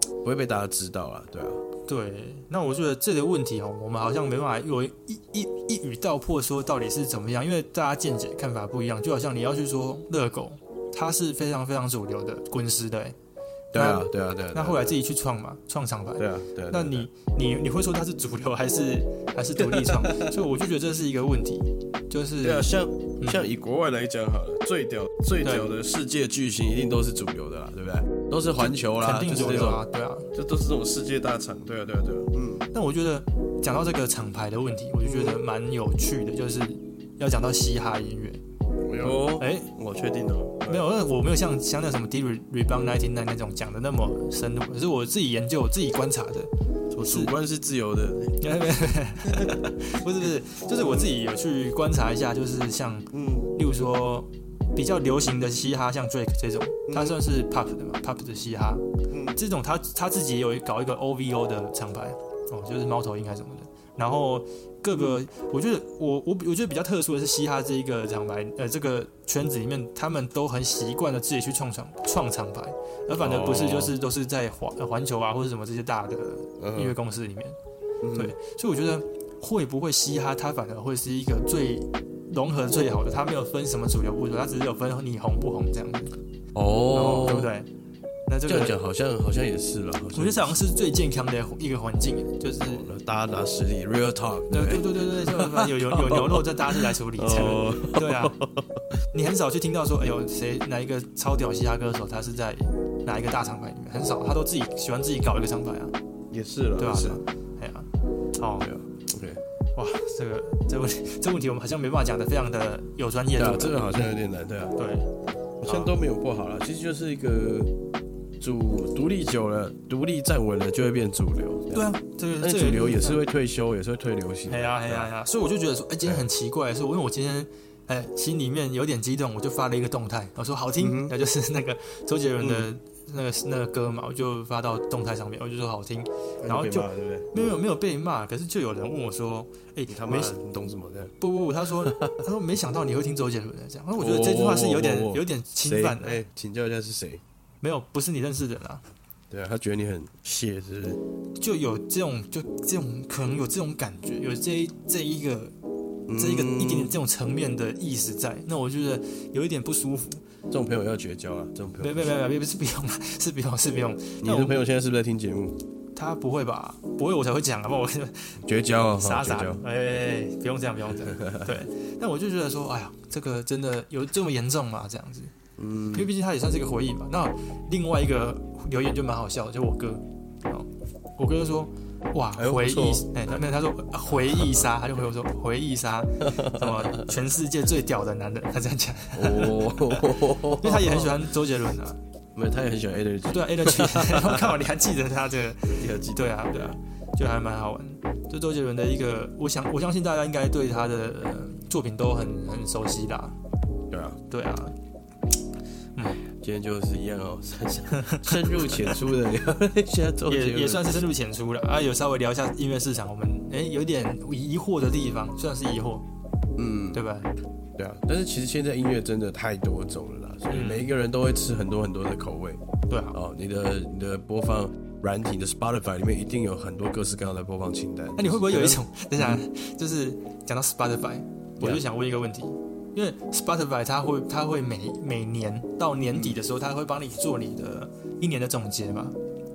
Speaker 1: 不会被大家知道啊，对啊，
Speaker 2: 对。那我觉得这个问题哦，我们好像没办法有一一一语道破说到底是怎么样，因为大家见解看法不一样。就好像你要去说热狗，它是非常非常主流的滚石的、欸
Speaker 1: 对啊，对啊，对啊。
Speaker 2: 那后来自己去创嘛，创厂牌。
Speaker 1: 对啊，对啊，对啊
Speaker 2: 那你你你会说它是主流还是还是独 立创？所以我就觉得这是一个问题，就是
Speaker 1: 对啊，像
Speaker 2: 嗯
Speaker 1: 像以国外来讲好了，最屌最屌的世界巨星一定都是主流的啦，对不对？都是环球啦，
Speaker 2: 肯定
Speaker 1: 就是
Speaker 2: 主
Speaker 1: 这
Speaker 2: 流
Speaker 1: 种，
Speaker 2: 啊，对啊。
Speaker 1: 就都是这种世界大厂，对啊，对啊，对啊，嗯，
Speaker 2: 那我觉得讲到这个厂牌的问题，我就觉得蛮有趣的，就是要讲到嘻哈音乐。
Speaker 1: 有，
Speaker 2: 哎、
Speaker 1: 我确定哦，
Speaker 2: 没有，那我没有像像那什么 D Rebound Nineteen Nine 那种讲的那么深入，可是我自己研究、我自己观察的。
Speaker 1: 我主观是自由的，
Speaker 2: 不是不是，就是我自己有去观察一下，就是像
Speaker 1: 嗯，
Speaker 2: 例如说比较流行的嘻哈，像 Drake 这种，他算是 pop 的嘛，pop 的嘻哈，
Speaker 1: 嗯
Speaker 2: 这种他他自己也有搞一个 OVO 的厂牌，哦，就是猫头鹰还是什么的。然后
Speaker 1: 嗯
Speaker 2: 各个，我觉得我我我觉得比较特殊的是嘻哈这一个厂牌，呃，这个圈子里面，他们都很习惯的自己去创厂创厂牌，而反而不是
Speaker 1: 哦
Speaker 2: 就是都是在环呃环球啊或者什么这些大的音乐公司里面。
Speaker 1: 嗯
Speaker 2: 对，所以我觉得会不会嘻哈，它反而会是一个最融合最好的，它没有分什么主流不主流，它只是有分你红不红这样子，
Speaker 1: 哦，
Speaker 2: 对不？对？那这
Speaker 1: 这样
Speaker 2: 个
Speaker 1: 讲好像好像也是了，好像
Speaker 2: 我觉得这好像是最健康的一个环境，欸就是。
Speaker 1: 大家拿实力，real talk，
Speaker 2: 对
Speaker 1: 不
Speaker 2: 对对对对，就有有有牛肉，这大家是来处理。这样
Speaker 1: 哦，
Speaker 2: 对啊，你很少去听到说，哎呦，谁哪一个超屌嘻哈歌手，他是在哪一个大厂牌里面，很少，他都自己喜欢自己搞一个厂牌啊，
Speaker 1: 也是了，
Speaker 2: 对吧？
Speaker 1: 是
Speaker 2: 对吧哎呀，好，
Speaker 1: 对啊，OK，
Speaker 2: 哇，这个这问题 这问题我们好像没办法讲的非常的有专业
Speaker 1: 对啊
Speaker 2: 度，，
Speaker 1: 这个好像有点难，对啊，
Speaker 2: 对
Speaker 1: 好像都没有不好了，其实就是一个主独立久了，独立站稳了就会变主流，
Speaker 2: 对啊，这个
Speaker 1: 但
Speaker 2: 这
Speaker 1: 是哎
Speaker 2: 个
Speaker 1: 主流也是会啊退休，也是会退流行。
Speaker 2: 哎呀哎呀哎呀，所以我就觉得说，哎，今天很奇怪，是我因为我今天。哎，心里面有点激动，我就发了一个动态，我说好
Speaker 1: 嗯
Speaker 2: 听，那、就是那个周杰伦的那个、那个歌嘛，我就发到动态上面，我就说好听，
Speaker 1: 那
Speaker 2: 然后
Speaker 1: 被骂对不对？
Speaker 2: 没有没有被骂，可是就有人问我说，哎，
Speaker 1: 你他妈
Speaker 2: 没
Speaker 1: 的你懂什么的？
Speaker 2: 不不不，他说他说没想到你会听周杰伦的这样，那我觉得这句话是有点、
Speaker 1: 哦哦哦哦
Speaker 2: 有点侵
Speaker 1: 谁？
Speaker 2: 犯的，
Speaker 1: 哎，请教一下是谁？
Speaker 2: 没有不是你认识的人啊，
Speaker 1: 对啊，他觉得你很屑，是不是？
Speaker 2: 就有这种就这种可能有这种感觉，有这一这一个这一个
Speaker 1: 嗯
Speaker 2: 一点点这种层面的意识在，那我觉得有一点不舒服。
Speaker 1: 这种朋友要绝交啊！这种朋
Speaker 2: 没
Speaker 1: 友，
Speaker 2: 没没没，不是不用， 是不用，是不用。
Speaker 1: 你的朋友现在是不是在听节目？
Speaker 2: 他不会吧？不会我才会讲啊，不然
Speaker 1: 绝交啊！
Speaker 2: 我傻傻
Speaker 1: 绝交
Speaker 2: 的。哎哎，哎不用这样，不用这样。对，但我就觉得说，哎呀，这个真的有这么严重吗？这样子，因为毕竟他也算是一个回忆嘛。那另外一个留言就蛮好笑的，就我哥，哦我哥就说。哇，
Speaker 1: 哎呦
Speaker 2: 回
Speaker 1: 不
Speaker 2: 忆
Speaker 1: 错
Speaker 2: 哎，那、没有他说啊回忆杀，他就回我说回忆杀，什么全世界最屌的男人，他这样讲，
Speaker 1: 哦，
Speaker 2: 因为他也很喜欢周杰伦啊，
Speaker 1: 没有，他也很喜欢 Energy，
Speaker 2: 对啊 a l e 我靠，你还记得他这个？
Speaker 1: 你还记得
Speaker 2: 对啊，对啊，就还蛮好玩。就周杰伦的一个，我想我相信大家应该对他的、呃作品都很很熟悉啦。
Speaker 1: 对啊，
Speaker 2: 对啊，
Speaker 1: 今天就是一样哦， 深深深入浅出的聊一下周杰
Speaker 2: 也
Speaker 1: 伦
Speaker 2: 也算是深入浅出了啊。有稍微聊一下音乐市场，我们哎有点疑惑的地方，算是疑惑，
Speaker 1: 嗯，
Speaker 2: 对吧？
Speaker 1: 对啊。但是其实现在音乐真的太多种了啦，所以
Speaker 2: 嗯
Speaker 1: 每一个人都会吃很多很多的口味。
Speaker 2: 对啊。
Speaker 1: 哦，你的你的播放软体你的 Spotify 里面一定有很多各式各样的播放清单。
Speaker 2: 那你会不会有一种，等一下就是讲到 Spotify，我就想问一个问题，因为 Spotify 它会它会每每年到年底的时候，它会帮你做你的一年的总结嘛？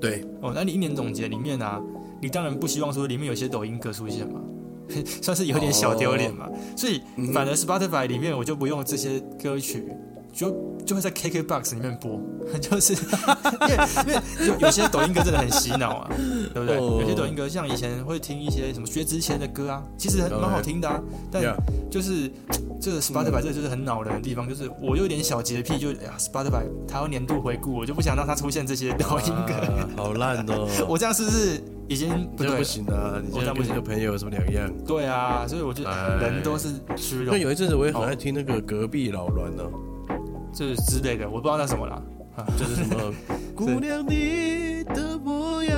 Speaker 1: 对
Speaker 2: 哦，那你一年总结里面啊，你当然不希望说里面有些抖音歌出现嘛， 算是有点小丢脸嘛。所以
Speaker 1: 嗯
Speaker 2: 反而 Spotify 里面我就不用这些歌曲，就就会在 KKBox 里面播， 就是因为因为有有些抖音歌真的很洗脑啊，对不对？
Speaker 1: 哦
Speaker 2: 有些抖音歌像以前会听一些什么薛之谦的歌啊，其实很蛮好听的啊，但
Speaker 1: 哦哎 Yeah 嗯
Speaker 2: 就是这个 Spotify 这个就是很恼人的地方，就是我有点小洁癖，就哎呀 Spotify 它要年度回顾，我就不想让它出现这些抖音歌。，
Speaker 1: 啊好烂哦
Speaker 2: 我这样是不是已经不
Speaker 1: 这
Speaker 2: 对
Speaker 1: 样不
Speaker 2: 了？
Speaker 1: 行啊！你
Speaker 2: 我
Speaker 1: 这
Speaker 2: 这样
Speaker 1: 样
Speaker 2: 不
Speaker 1: 跟你
Speaker 2: 行
Speaker 1: 的朋友有什么两样？
Speaker 2: 对啊，所以我就
Speaker 1: 哎
Speaker 2: 人都是虚
Speaker 1: 因
Speaker 2: 荣
Speaker 1: 为，有一阵子我也很爱听那
Speaker 2: 嗯
Speaker 1: 个隔壁老啊栾 呢，
Speaker 2: 就是之类的，我不知道那什么啦。
Speaker 1: 就是什么姑娘你的模样，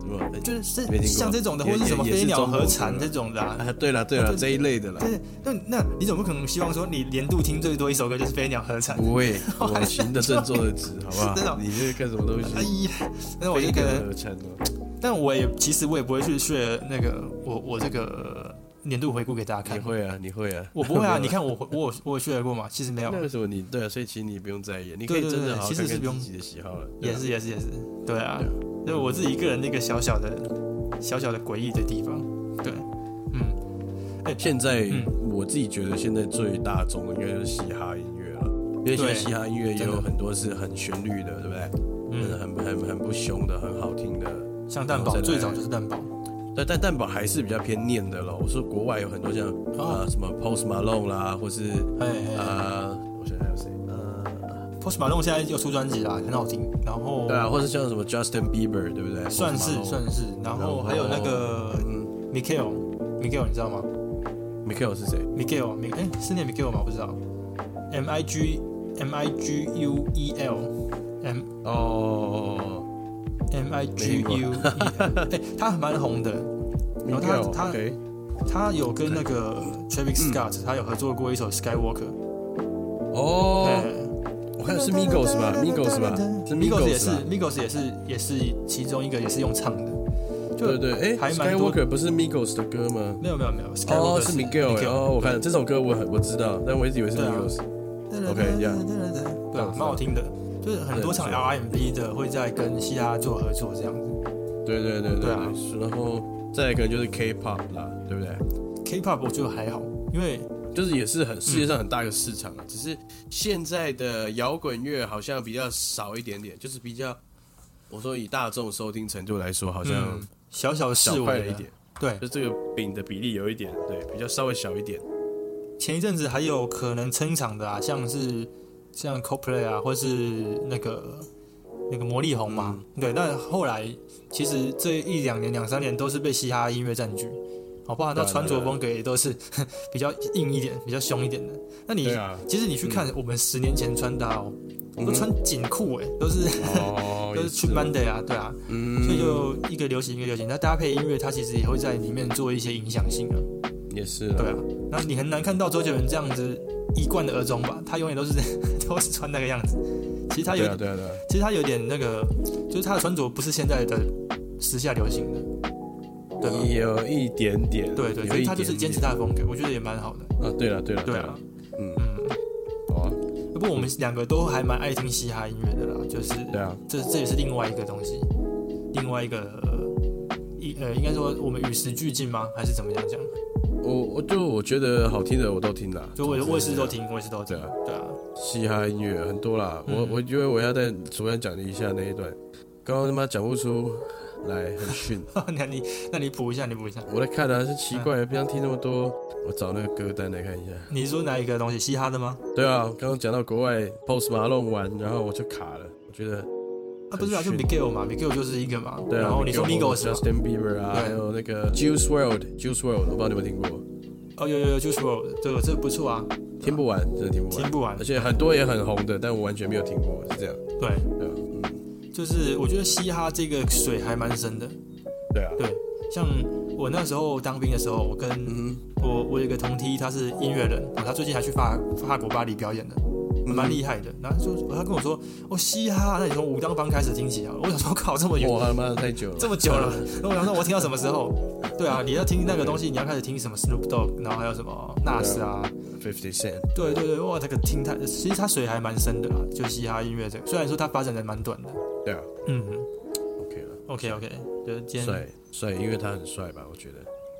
Speaker 1: 什么
Speaker 2: 呃就是是
Speaker 1: 没听过
Speaker 2: 像这种的，或
Speaker 1: 也
Speaker 2: 是什么
Speaker 1: 也也
Speaker 2: 飞
Speaker 1: 是
Speaker 2: 鸟
Speaker 1: 中国
Speaker 2: 和
Speaker 1: 歌
Speaker 2: 蝉
Speaker 1: 啦
Speaker 2: 这种的、啊，
Speaker 1: 啊，对了对了，
Speaker 2: 对
Speaker 1: 这一类的啦
Speaker 2: 但，是那那你总不可能希望说你年度听最多一首歌就是《飞鸟和蝉》？
Speaker 1: 不 会，我行得正，坐得直，好不
Speaker 2: 真的哦
Speaker 1: 好？你这干什么东西？
Speaker 2: 哎呀，那我就可
Speaker 1: 跟
Speaker 2: 能，
Speaker 1: 合成哦
Speaker 2: 但我也其实我也不会去学那个我我这个年度回顾给大家
Speaker 1: 你
Speaker 2: 看。
Speaker 1: 会啊，你会啊，
Speaker 2: 我不 会
Speaker 1: 没有
Speaker 2: 啊，
Speaker 1: 啦
Speaker 2: 你看我我有我有学过嘛？其实没有
Speaker 1: 那，为什么你对啊？所以其实你不用在意，你可以
Speaker 2: 对对
Speaker 1: 真
Speaker 2: 对
Speaker 1: 的好好
Speaker 2: 其
Speaker 1: 看
Speaker 2: 实是
Speaker 1: 看
Speaker 2: 不用
Speaker 1: 自己的喜好了。对
Speaker 2: 也
Speaker 1: 啊
Speaker 2: 是也是也是，对啊
Speaker 1: 对啊，
Speaker 2: 就是我自己一个人那个小小的小小的诡异的地方，对，嗯，
Speaker 1: 啊哎现在
Speaker 2: 嗯
Speaker 1: 我自己觉得现在最大众的应该就是嘻哈音乐了，因为现在
Speaker 2: 对
Speaker 1: 嘻哈音乐也
Speaker 2: 真
Speaker 1: 有
Speaker 2: 的
Speaker 1: 很多是很旋律的，对不对？
Speaker 2: 嗯
Speaker 1: 很很很不凶的，很好听的。
Speaker 2: 像蛋
Speaker 1: 然后
Speaker 2: 堡
Speaker 1: 再来
Speaker 2: 最早就是蛋堡，
Speaker 1: 但但蛋堡还是比较偏念的咯。我说国外有很多像
Speaker 2: 哦
Speaker 1: 啊什么 Post Malone 啦，或是
Speaker 2: 哎哎哎
Speaker 1: 啊，我想想还有谁？呃，
Speaker 2: ，Post Malone 现在又出专辑啦，很好听，然后
Speaker 1: 对啊，或是像什么 Justin Bieber，对不对？
Speaker 2: 算
Speaker 1: Post
Speaker 2: 是
Speaker 1: Malone
Speaker 2: 算是，然后还有那个
Speaker 1: 嗯
Speaker 2: Michael Michael 你知道吗
Speaker 1: Michael 是谁？
Speaker 2: ？Michael m i 哎是念 Michael 吗？不知道，M I G M I G U E L M
Speaker 1: 哦
Speaker 2: M I
Speaker 1: 没
Speaker 2: G
Speaker 1: 听过
Speaker 2: U E L，哎他蛮红的，然后
Speaker 1: ，Michael，
Speaker 2: 哦他他
Speaker 1: OK，嗯
Speaker 2: 他有跟那个 Travis Scott 他有合作过一首 Skywalker，
Speaker 1: 哦
Speaker 2: 哎，
Speaker 1: 我看是 Migos 吧，Migos 吧，是
Speaker 2: Migos 也
Speaker 1: Migos
Speaker 2: 是
Speaker 1: 吧
Speaker 2: Migos 也是也是其中一个也是用唱的，就
Speaker 1: 对对，哎
Speaker 2: 还蛮多
Speaker 1: ，Skywalker 不是 Migos 的歌吗？
Speaker 2: 没有没有没有
Speaker 1: 哦，
Speaker 2: Skywalker
Speaker 1: 是 Miguel 哎哦，我看这首歌我很我知道，但我一直以为是
Speaker 2: 对啊
Speaker 1: Migos。
Speaker 2: 呀
Speaker 1: OK，yeah，
Speaker 2: 对啊，蛮好听的。就是很多场
Speaker 1: 对不
Speaker 2: RMB 的会在跟嘻哈做合作这样子
Speaker 1: 对对对
Speaker 2: 对
Speaker 1: 对
Speaker 2: 啊
Speaker 1: 然后再来可能就是 K-pop 啦，对不对？
Speaker 2: ，K-pop 我觉得还好，因为
Speaker 1: 就是也是很世界上很大一个市场啊，只是现在的摇滚乐好像比较少一点点，就是比较我说以大众收听程度来说，好像
Speaker 2: 嗯小小
Speaker 1: 小
Speaker 2: 示
Speaker 1: 块了
Speaker 2: 威的
Speaker 1: 一点，
Speaker 2: 对，
Speaker 1: 就这个饼的比例有一点对，比较稍微小一点。
Speaker 2: 前一阵子还有可能撑场的啊，像是像 CoPlay 啊，或是那个那个魔力红嘛，
Speaker 1: 嗯
Speaker 2: 对。但后来其实这一两年、两三年都是被嘻哈音乐占据，哦好不好？那
Speaker 1: 对啊
Speaker 2: 穿着风格也都是 比较硬一点、比较凶一点的。那你
Speaker 1: 对啊
Speaker 2: 其实你去看我们十年前穿搭哦，我都
Speaker 1: 嗯
Speaker 2: 穿紧裤哎，都是
Speaker 1: 哦
Speaker 2: 都是去 Monday 啊，对啊，
Speaker 1: 嗯
Speaker 2: 所以就一个流行一个流行，那搭配音乐它其实也会在里面做一些影响性啊，
Speaker 1: 也是
Speaker 2: 对
Speaker 1: 啦，
Speaker 2: 啊，那你很难看到周杰伦这样子一贯的儿装吧，他永远都是 都是穿那个样子，其实他有
Speaker 1: 对啊对啊对啊，
Speaker 2: 其实他有点那个，就是他的穿着不是现在的时下流行的，对吧？
Speaker 1: 有一点点，
Speaker 2: 对对，
Speaker 1: 哦有
Speaker 2: 所
Speaker 1: 一
Speaker 2: 以他就是
Speaker 1: 点
Speaker 2: 坚持
Speaker 1: 点
Speaker 2: 他的风格，我觉得也蛮好的，
Speaker 1: 啊，对了对了
Speaker 2: 对
Speaker 1: 了
Speaker 2: 啊，，
Speaker 1: 嗯，
Speaker 2: 嗯，
Speaker 1: 好啊，
Speaker 2: 不过我们两个都还蛮爱听嘻哈音乐的啦，就是
Speaker 1: 对啊，
Speaker 2: 这这也是另外一个东西，另外一个呃一呃，应该说我们与时俱进吗？还是怎么样讲？
Speaker 1: 我我就我觉得好听的我都听了，
Speaker 2: 就我也我也是都听，我也是都听，
Speaker 1: 对啊
Speaker 2: 对啊，
Speaker 1: 嘻哈音乐很多啦，
Speaker 2: 嗯
Speaker 1: 我我觉得我要再重新讲一下那一段，刚刚他妈讲不出来，很逊。
Speaker 2: 那你那你补一下，你补一下，
Speaker 1: 我在看啊，是奇怪，不想听那么多，我找那个歌单来看一下。
Speaker 2: 你是说哪一个东西？嘻哈的吗？
Speaker 1: 对啊，刚刚讲到国外 Post Malone 完，然后我就卡了，我觉得
Speaker 2: 啊，不是啊，就
Speaker 1: 很逊
Speaker 2: Miguel 嘛，Miguel 就是一个嘛，
Speaker 1: 对啊。
Speaker 2: 然后你说 Migos 嘛，
Speaker 1: Justin Bieber 啊，
Speaker 2: 对
Speaker 1: 还有那个 Juice World，Juice World，我不知道你有没有听过，
Speaker 2: 哦有有有 j u i c World，这个这个不错啊，
Speaker 1: 听不完，真的听不
Speaker 2: 听
Speaker 1: 完，
Speaker 2: 不完
Speaker 1: 而，且很多也很红的，但我完全没有听过，是这样。
Speaker 2: 对，
Speaker 1: 对啊，嗯，
Speaker 2: 就是我觉得嘻哈这个水还蛮深的，
Speaker 1: 对啊，
Speaker 2: 对，像我那时候当兵的时候，我跟
Speaker 1: 嗯，
Speaker 2: 我我有一个同梯，他是音乐人，哦他最近还去法法国巴黎表演的，嗯蛮厉害的。然后他说他跟我说，哦，嘻哈，那你从武当帮开始听起啊？我想说，靠，这么 远，
Speaker 1: 我他妈的太久了，
Speaker 2: 这么久了，然后我想说，我听到什么时候？对啊，你要听那个东西，你要开始听 什么 Snoop Dogg，然后还有什么 Nas 啊，
Speaker 1: Fifty Cent，
Speaker 2: 对对对，哇，这个听他，其实他水还蛮深的啦，就嘻哈音乐这个，虽然说它发展的蛮短的，
Speaker 1: 对啊
Speaker 2: 嗯
Speaker 1: ，OK 了。
Speaker 2: ，OK OK，就是今天
Speaker 1: 帅帅，因为他很帅吧？我觉得，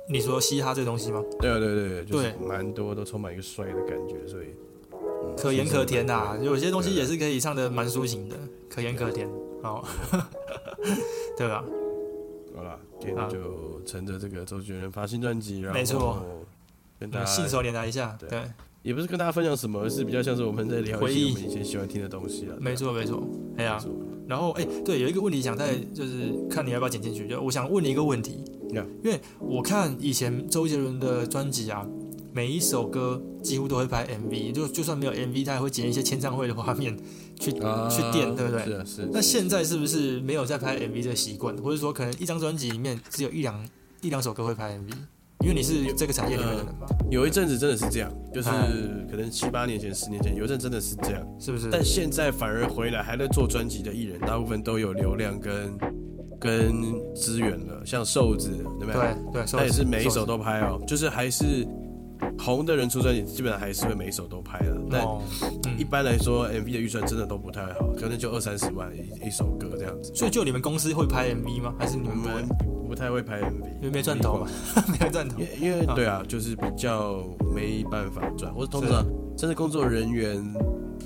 Speaker 2: 你说嘻哈这东西吗？
Speaker 1: 对啊，对对对，就是
Speaker 2: 对
Speaker 1: 蛮多都充满一个帅的感觉，所以、嗯
Speaker 2: 可盐可甜呐、啊，有些东西
Speaker 1: 对
Speaker 2: 也是可以唱的蛮抒情的，可盐可甜，哦，对啊 吧？
Speaker 1: 好啦，今天就乘着这个周杰伦发新专辑，然后
Speaker 2: 没错嗯
Speaker 1: 跟
Speaker 2: 我
Speaker 1: 大
Speaker 2: 们啊信
Speaker 1: 家
Speaker 2: 手拈来一下，
Speaker 1: 对
Speaker 2: 对，
Speaker 1: 也不是跟大家分享什么，而是比较像是我们在聊一
Speaker 2: 回
Speaker 1: 些
Speaker 2: 忆
Speaker 1: 我们以前喜欢听的东西啊。
Speaker 2: 没错没错，哎呀、
Speaker 1: 没错嗯
Speaker 2: 然后哎、对，有一个问题想再就是看你要不要剪进去，就我想问你一个问题
Speaker 1: Yeah
Speaker 2: 因为我看以前周杰伦的专辑啊，每一首歌几乎都会拍 MV，就就算没有 MV，他也会剪一些签唱会的画面去、
Speaker 1: 啊
Speaker 2: 去垫，对不对？
Speaker 1: 是啊，是。
Speaker 2: 那现在是不是没有在拍 MV 这个习惯，或者说可能一张专辑里面只有一两一两首歌会拍 MV？因为你是这个产业里面的人嘛，
Speaker 1: 有一阵子真的是这样，就是
Speaker 2: 哎
Speaker 1: 可能七八年前、十年前，有一阵真的是这样。
Speaker 2: 是不是？
Speaker 1: 但现在反而回来还在做专辑的艺人，大部分都有流量跟跟资源了，像瘦子，对不对？
Speaker 2: 对对，
Speaker 1: 他也是每一首
Speaker 2: 都
Speaker 1: 都拍哦，就是还是红的人出专辑，基本上还是会每一首都拍的。但
Speaker 2: 哦，
Speaker 1: 一般来说，MV 的预算真的都不太好，可能就二三十万一一首歌这样子。
Speaker 2: 所以就你们公司会拍 MV 吗？还是你
Speaker 1: 我
Speaker 2: 们不会
Speaker 1: 们？不太会拍 MV，
Speaker 2: 因为没赚头嘛， 没有赚头
Speaker 1: 因。为因为
Speaker 2: 啊
Speaker 1: 对啊，就是比较没办法赚，或者通
Speaker 2: 是
Speaker 1: 常甚至工作人员，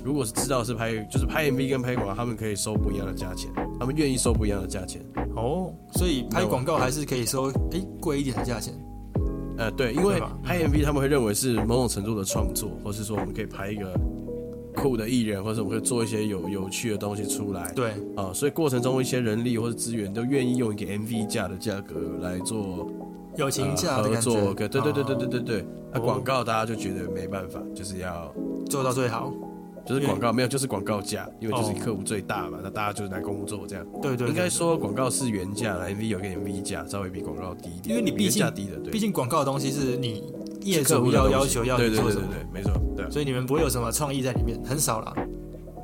Speaker 1: 如果是知道是拍，就是拍 MV 跟拍广告，他们可以收不一样的价钱，他们愿意收不一样的价钱。
Speaker 2: 哦，所以拍广告还是可以收诶贵一点的价钱。
Speaker 1: 呃，对，因为
Speaker 2: 对吧
Speaker 1: 拍 MV 他们会认为是某种程度的创作，或是说我们可以拍一个酷的艺人，或者我们可以做一些有有趣的东西出来
Speaker 2: 对，
Speaker 1: 啊、所以过程中一些人力或者资源都愿意用一个 MV 价的价格来做
Speaker 2: 友情价
Speaker 1: 呃
Speaker 2: 的
Speaker 1: 合
Speaker 2: 感觉。
Speaker 1: 作，对对对对对对对对。那
Speaker 2: 哦
Speaker 1: 广告大家就觉得没办法，就是要。
Speaker 2: 哦，做到最好。
Speaker 1: 就是广告没有，就是广告价，因为就是
Speaker 2: 哦
Speaker 1: 客户最大嘛，那大家就是来工作这样。
Speaker 2: 对对，
Speaker 1: 应该
Speaker 2: 对，
Speaker 1: 说广告是原价啦，MV 有个 MV 价，稍微比广告低一点，
Speaker 2: 因为你毕
Speaker 1: 原
Speaker 2: 竟
Speaker 1: 价低的，对，
Speaker 2: 毕竟广告的东西是你业
Speaker 1: 是客户
Speaker 2: 主
Speaker 1: 的
Speaker 2: 要
Speaker 1: 东西
Speaker 2: 要求要
Speaker 1: 对
Speaker 2: 你
Speaker 1: 对
Speaker 2: 做
Speaker 1: 对
Speaker 2: 什
Speaker 1: 对
Speaker 2: 么，
Speaker 1: 对，没错，对啊，
Speaker 2: 所以你们不会有什么创意在里面，很少啦，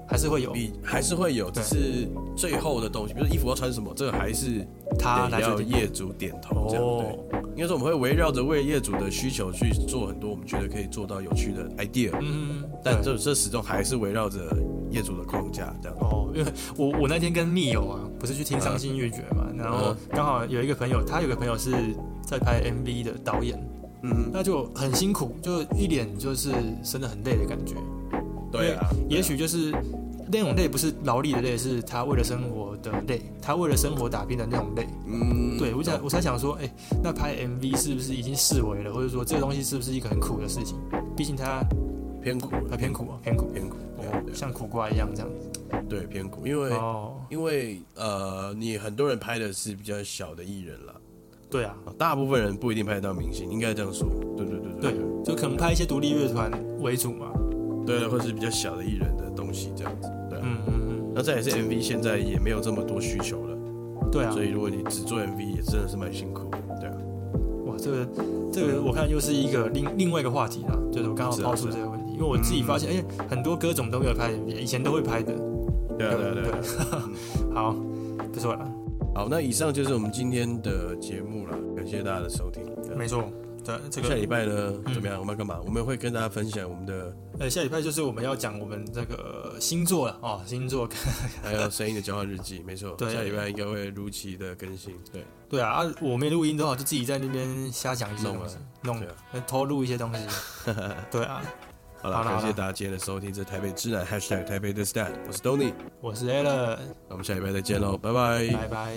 Speaker 2: 还是会有
Speaker 1: 比还是会有，只
Speaker 2: 对
Speaker 1: 是最后的东西，比如说衣服要穿什么，这个还是
Speaker 2: 他
Speaker 1: 得
Speaker 2: 来
Speaker 1: 要
Speaker 2: 决定。
Speaker 1: 业主点头这样。
Speaker 2: 哦
Speaker 1: 对，，应该说我们会围绕着为业主的需求去做很多我们觉得可以做到有趣的 idea，
Speaker 2: 嗯，
Speaker 1: 但
Speaker 2: 对
Speaker 1: 这这始终还是围绕着业主的框架这样。
Speaker 2: 哦，因为我我那天跟密友啊，不是去听《伤心欲绝》
Speaker 1: 嗯
Speaker 2: 嘛，然后刚好有一个朋友，他有个朋友是在拍 MV 的导演，
Speaker 1: 嗯，
Speaker 2: 那就很辛苦，就一脸就是真的很累的感觉。
Speaker 1: 对啊，对啊
Speaker 2: 也许就是那种累，不是劳力的累，是他为了生活的累，他为了生活打拼的那种累。
Speaker 1: 嗯，
Speaker 2: 对我想，我才想说，哎、那拍 MV 是不是已经视为了，或者说这个东西是不是一个很苦的事情？毕竟他
Speaker 1: 偏苦了，
Speaker 2: 他偏苦啊，偏苦，
Speaker 1: 偏苦，对啊
Speaker 2: 哦
Speaker 1: 对啊
Speaker 2: 像苦瓜一样这样子。
Speaker 1: 对偏苦，因为、
Speaker 2: 哦，
Speaker 1: 因为呃，你很多人拍的是比较小的艺人啦，
Speaker 2: 对啊，
Speaker 1: 啊大部分人不一定拍得到明星，应该这样说。对对对
Speaker 2: 对
Speaker 1: 对，
Speaker 2: 就可能拍一些独立乐团为主嘛。
Speaker 1: 对，或是比较小的艺人的东西这样子。对啊、
Speaker 2: 嗯嗯
Speaker 1: 那再也是 MV 现在也没有这么多需求了，
Speaker 2: 嗯，对啊
Speaker 1: 所。以如果你只做 MV 也真的是蛮辛苦的。对啊，
Speaker 2: 哇，这个这个我看又是一个另另外一个话题啦，就是我刚好
Speaker 1: 是啊
Speaker 2: 抛出
Speaker 1: 是啊嗯
Speaker 2: 这个问题，因为我自己发现，哎、很多歌种都没有拍 MV，以前都会拍的。
Speaker 1: 对啊对啊对啊对啊。
Speaker 2: 好，不错了，
Speaker 1: 好，那以上就是我们今天的节目了，感谢大家的收听。对啊
Speaker 2: 没错。对，这
Speaker 1: 下
Speaker 2: 个
Speaker 1: 礼拜呢怎么样？我们要干嘛？我们会跟大家分享我们的
Speaker 2: 呃，下礼拜就是我们要讲我们这个星座了哦，星座。
Speaker 1: 还有声音的交换日记，没错，
Speaker 2: 对
Speaker 1: 下礼拜应该会如期的更新。对，
Speaker 2: 对啊，啊，我没录音的话，就自己在那边瞎讲一些
Speaker 1: 弄
Speaker 2: 东
Speaker 1: 了
Speaker 2: 西，弄
Speaker 1: 对啊
Speaker 2: 偷录一 些东西。对啊，
Speaker 1: 好了，
Speaker 2: 好啦
Speaker 1: 感
Speaker 2: 好
Speaker 1: 谢
Speaker 2: 啦
Speaker 1: 大家今天的收听，这是台北之南 #hashtag 台北的 stan，我是 Tony，
Speaker 2: 我是 a l l n
Speaker 1: 那我们下礼拜再见喽，拜拜。
Speaker 2: 拜拜。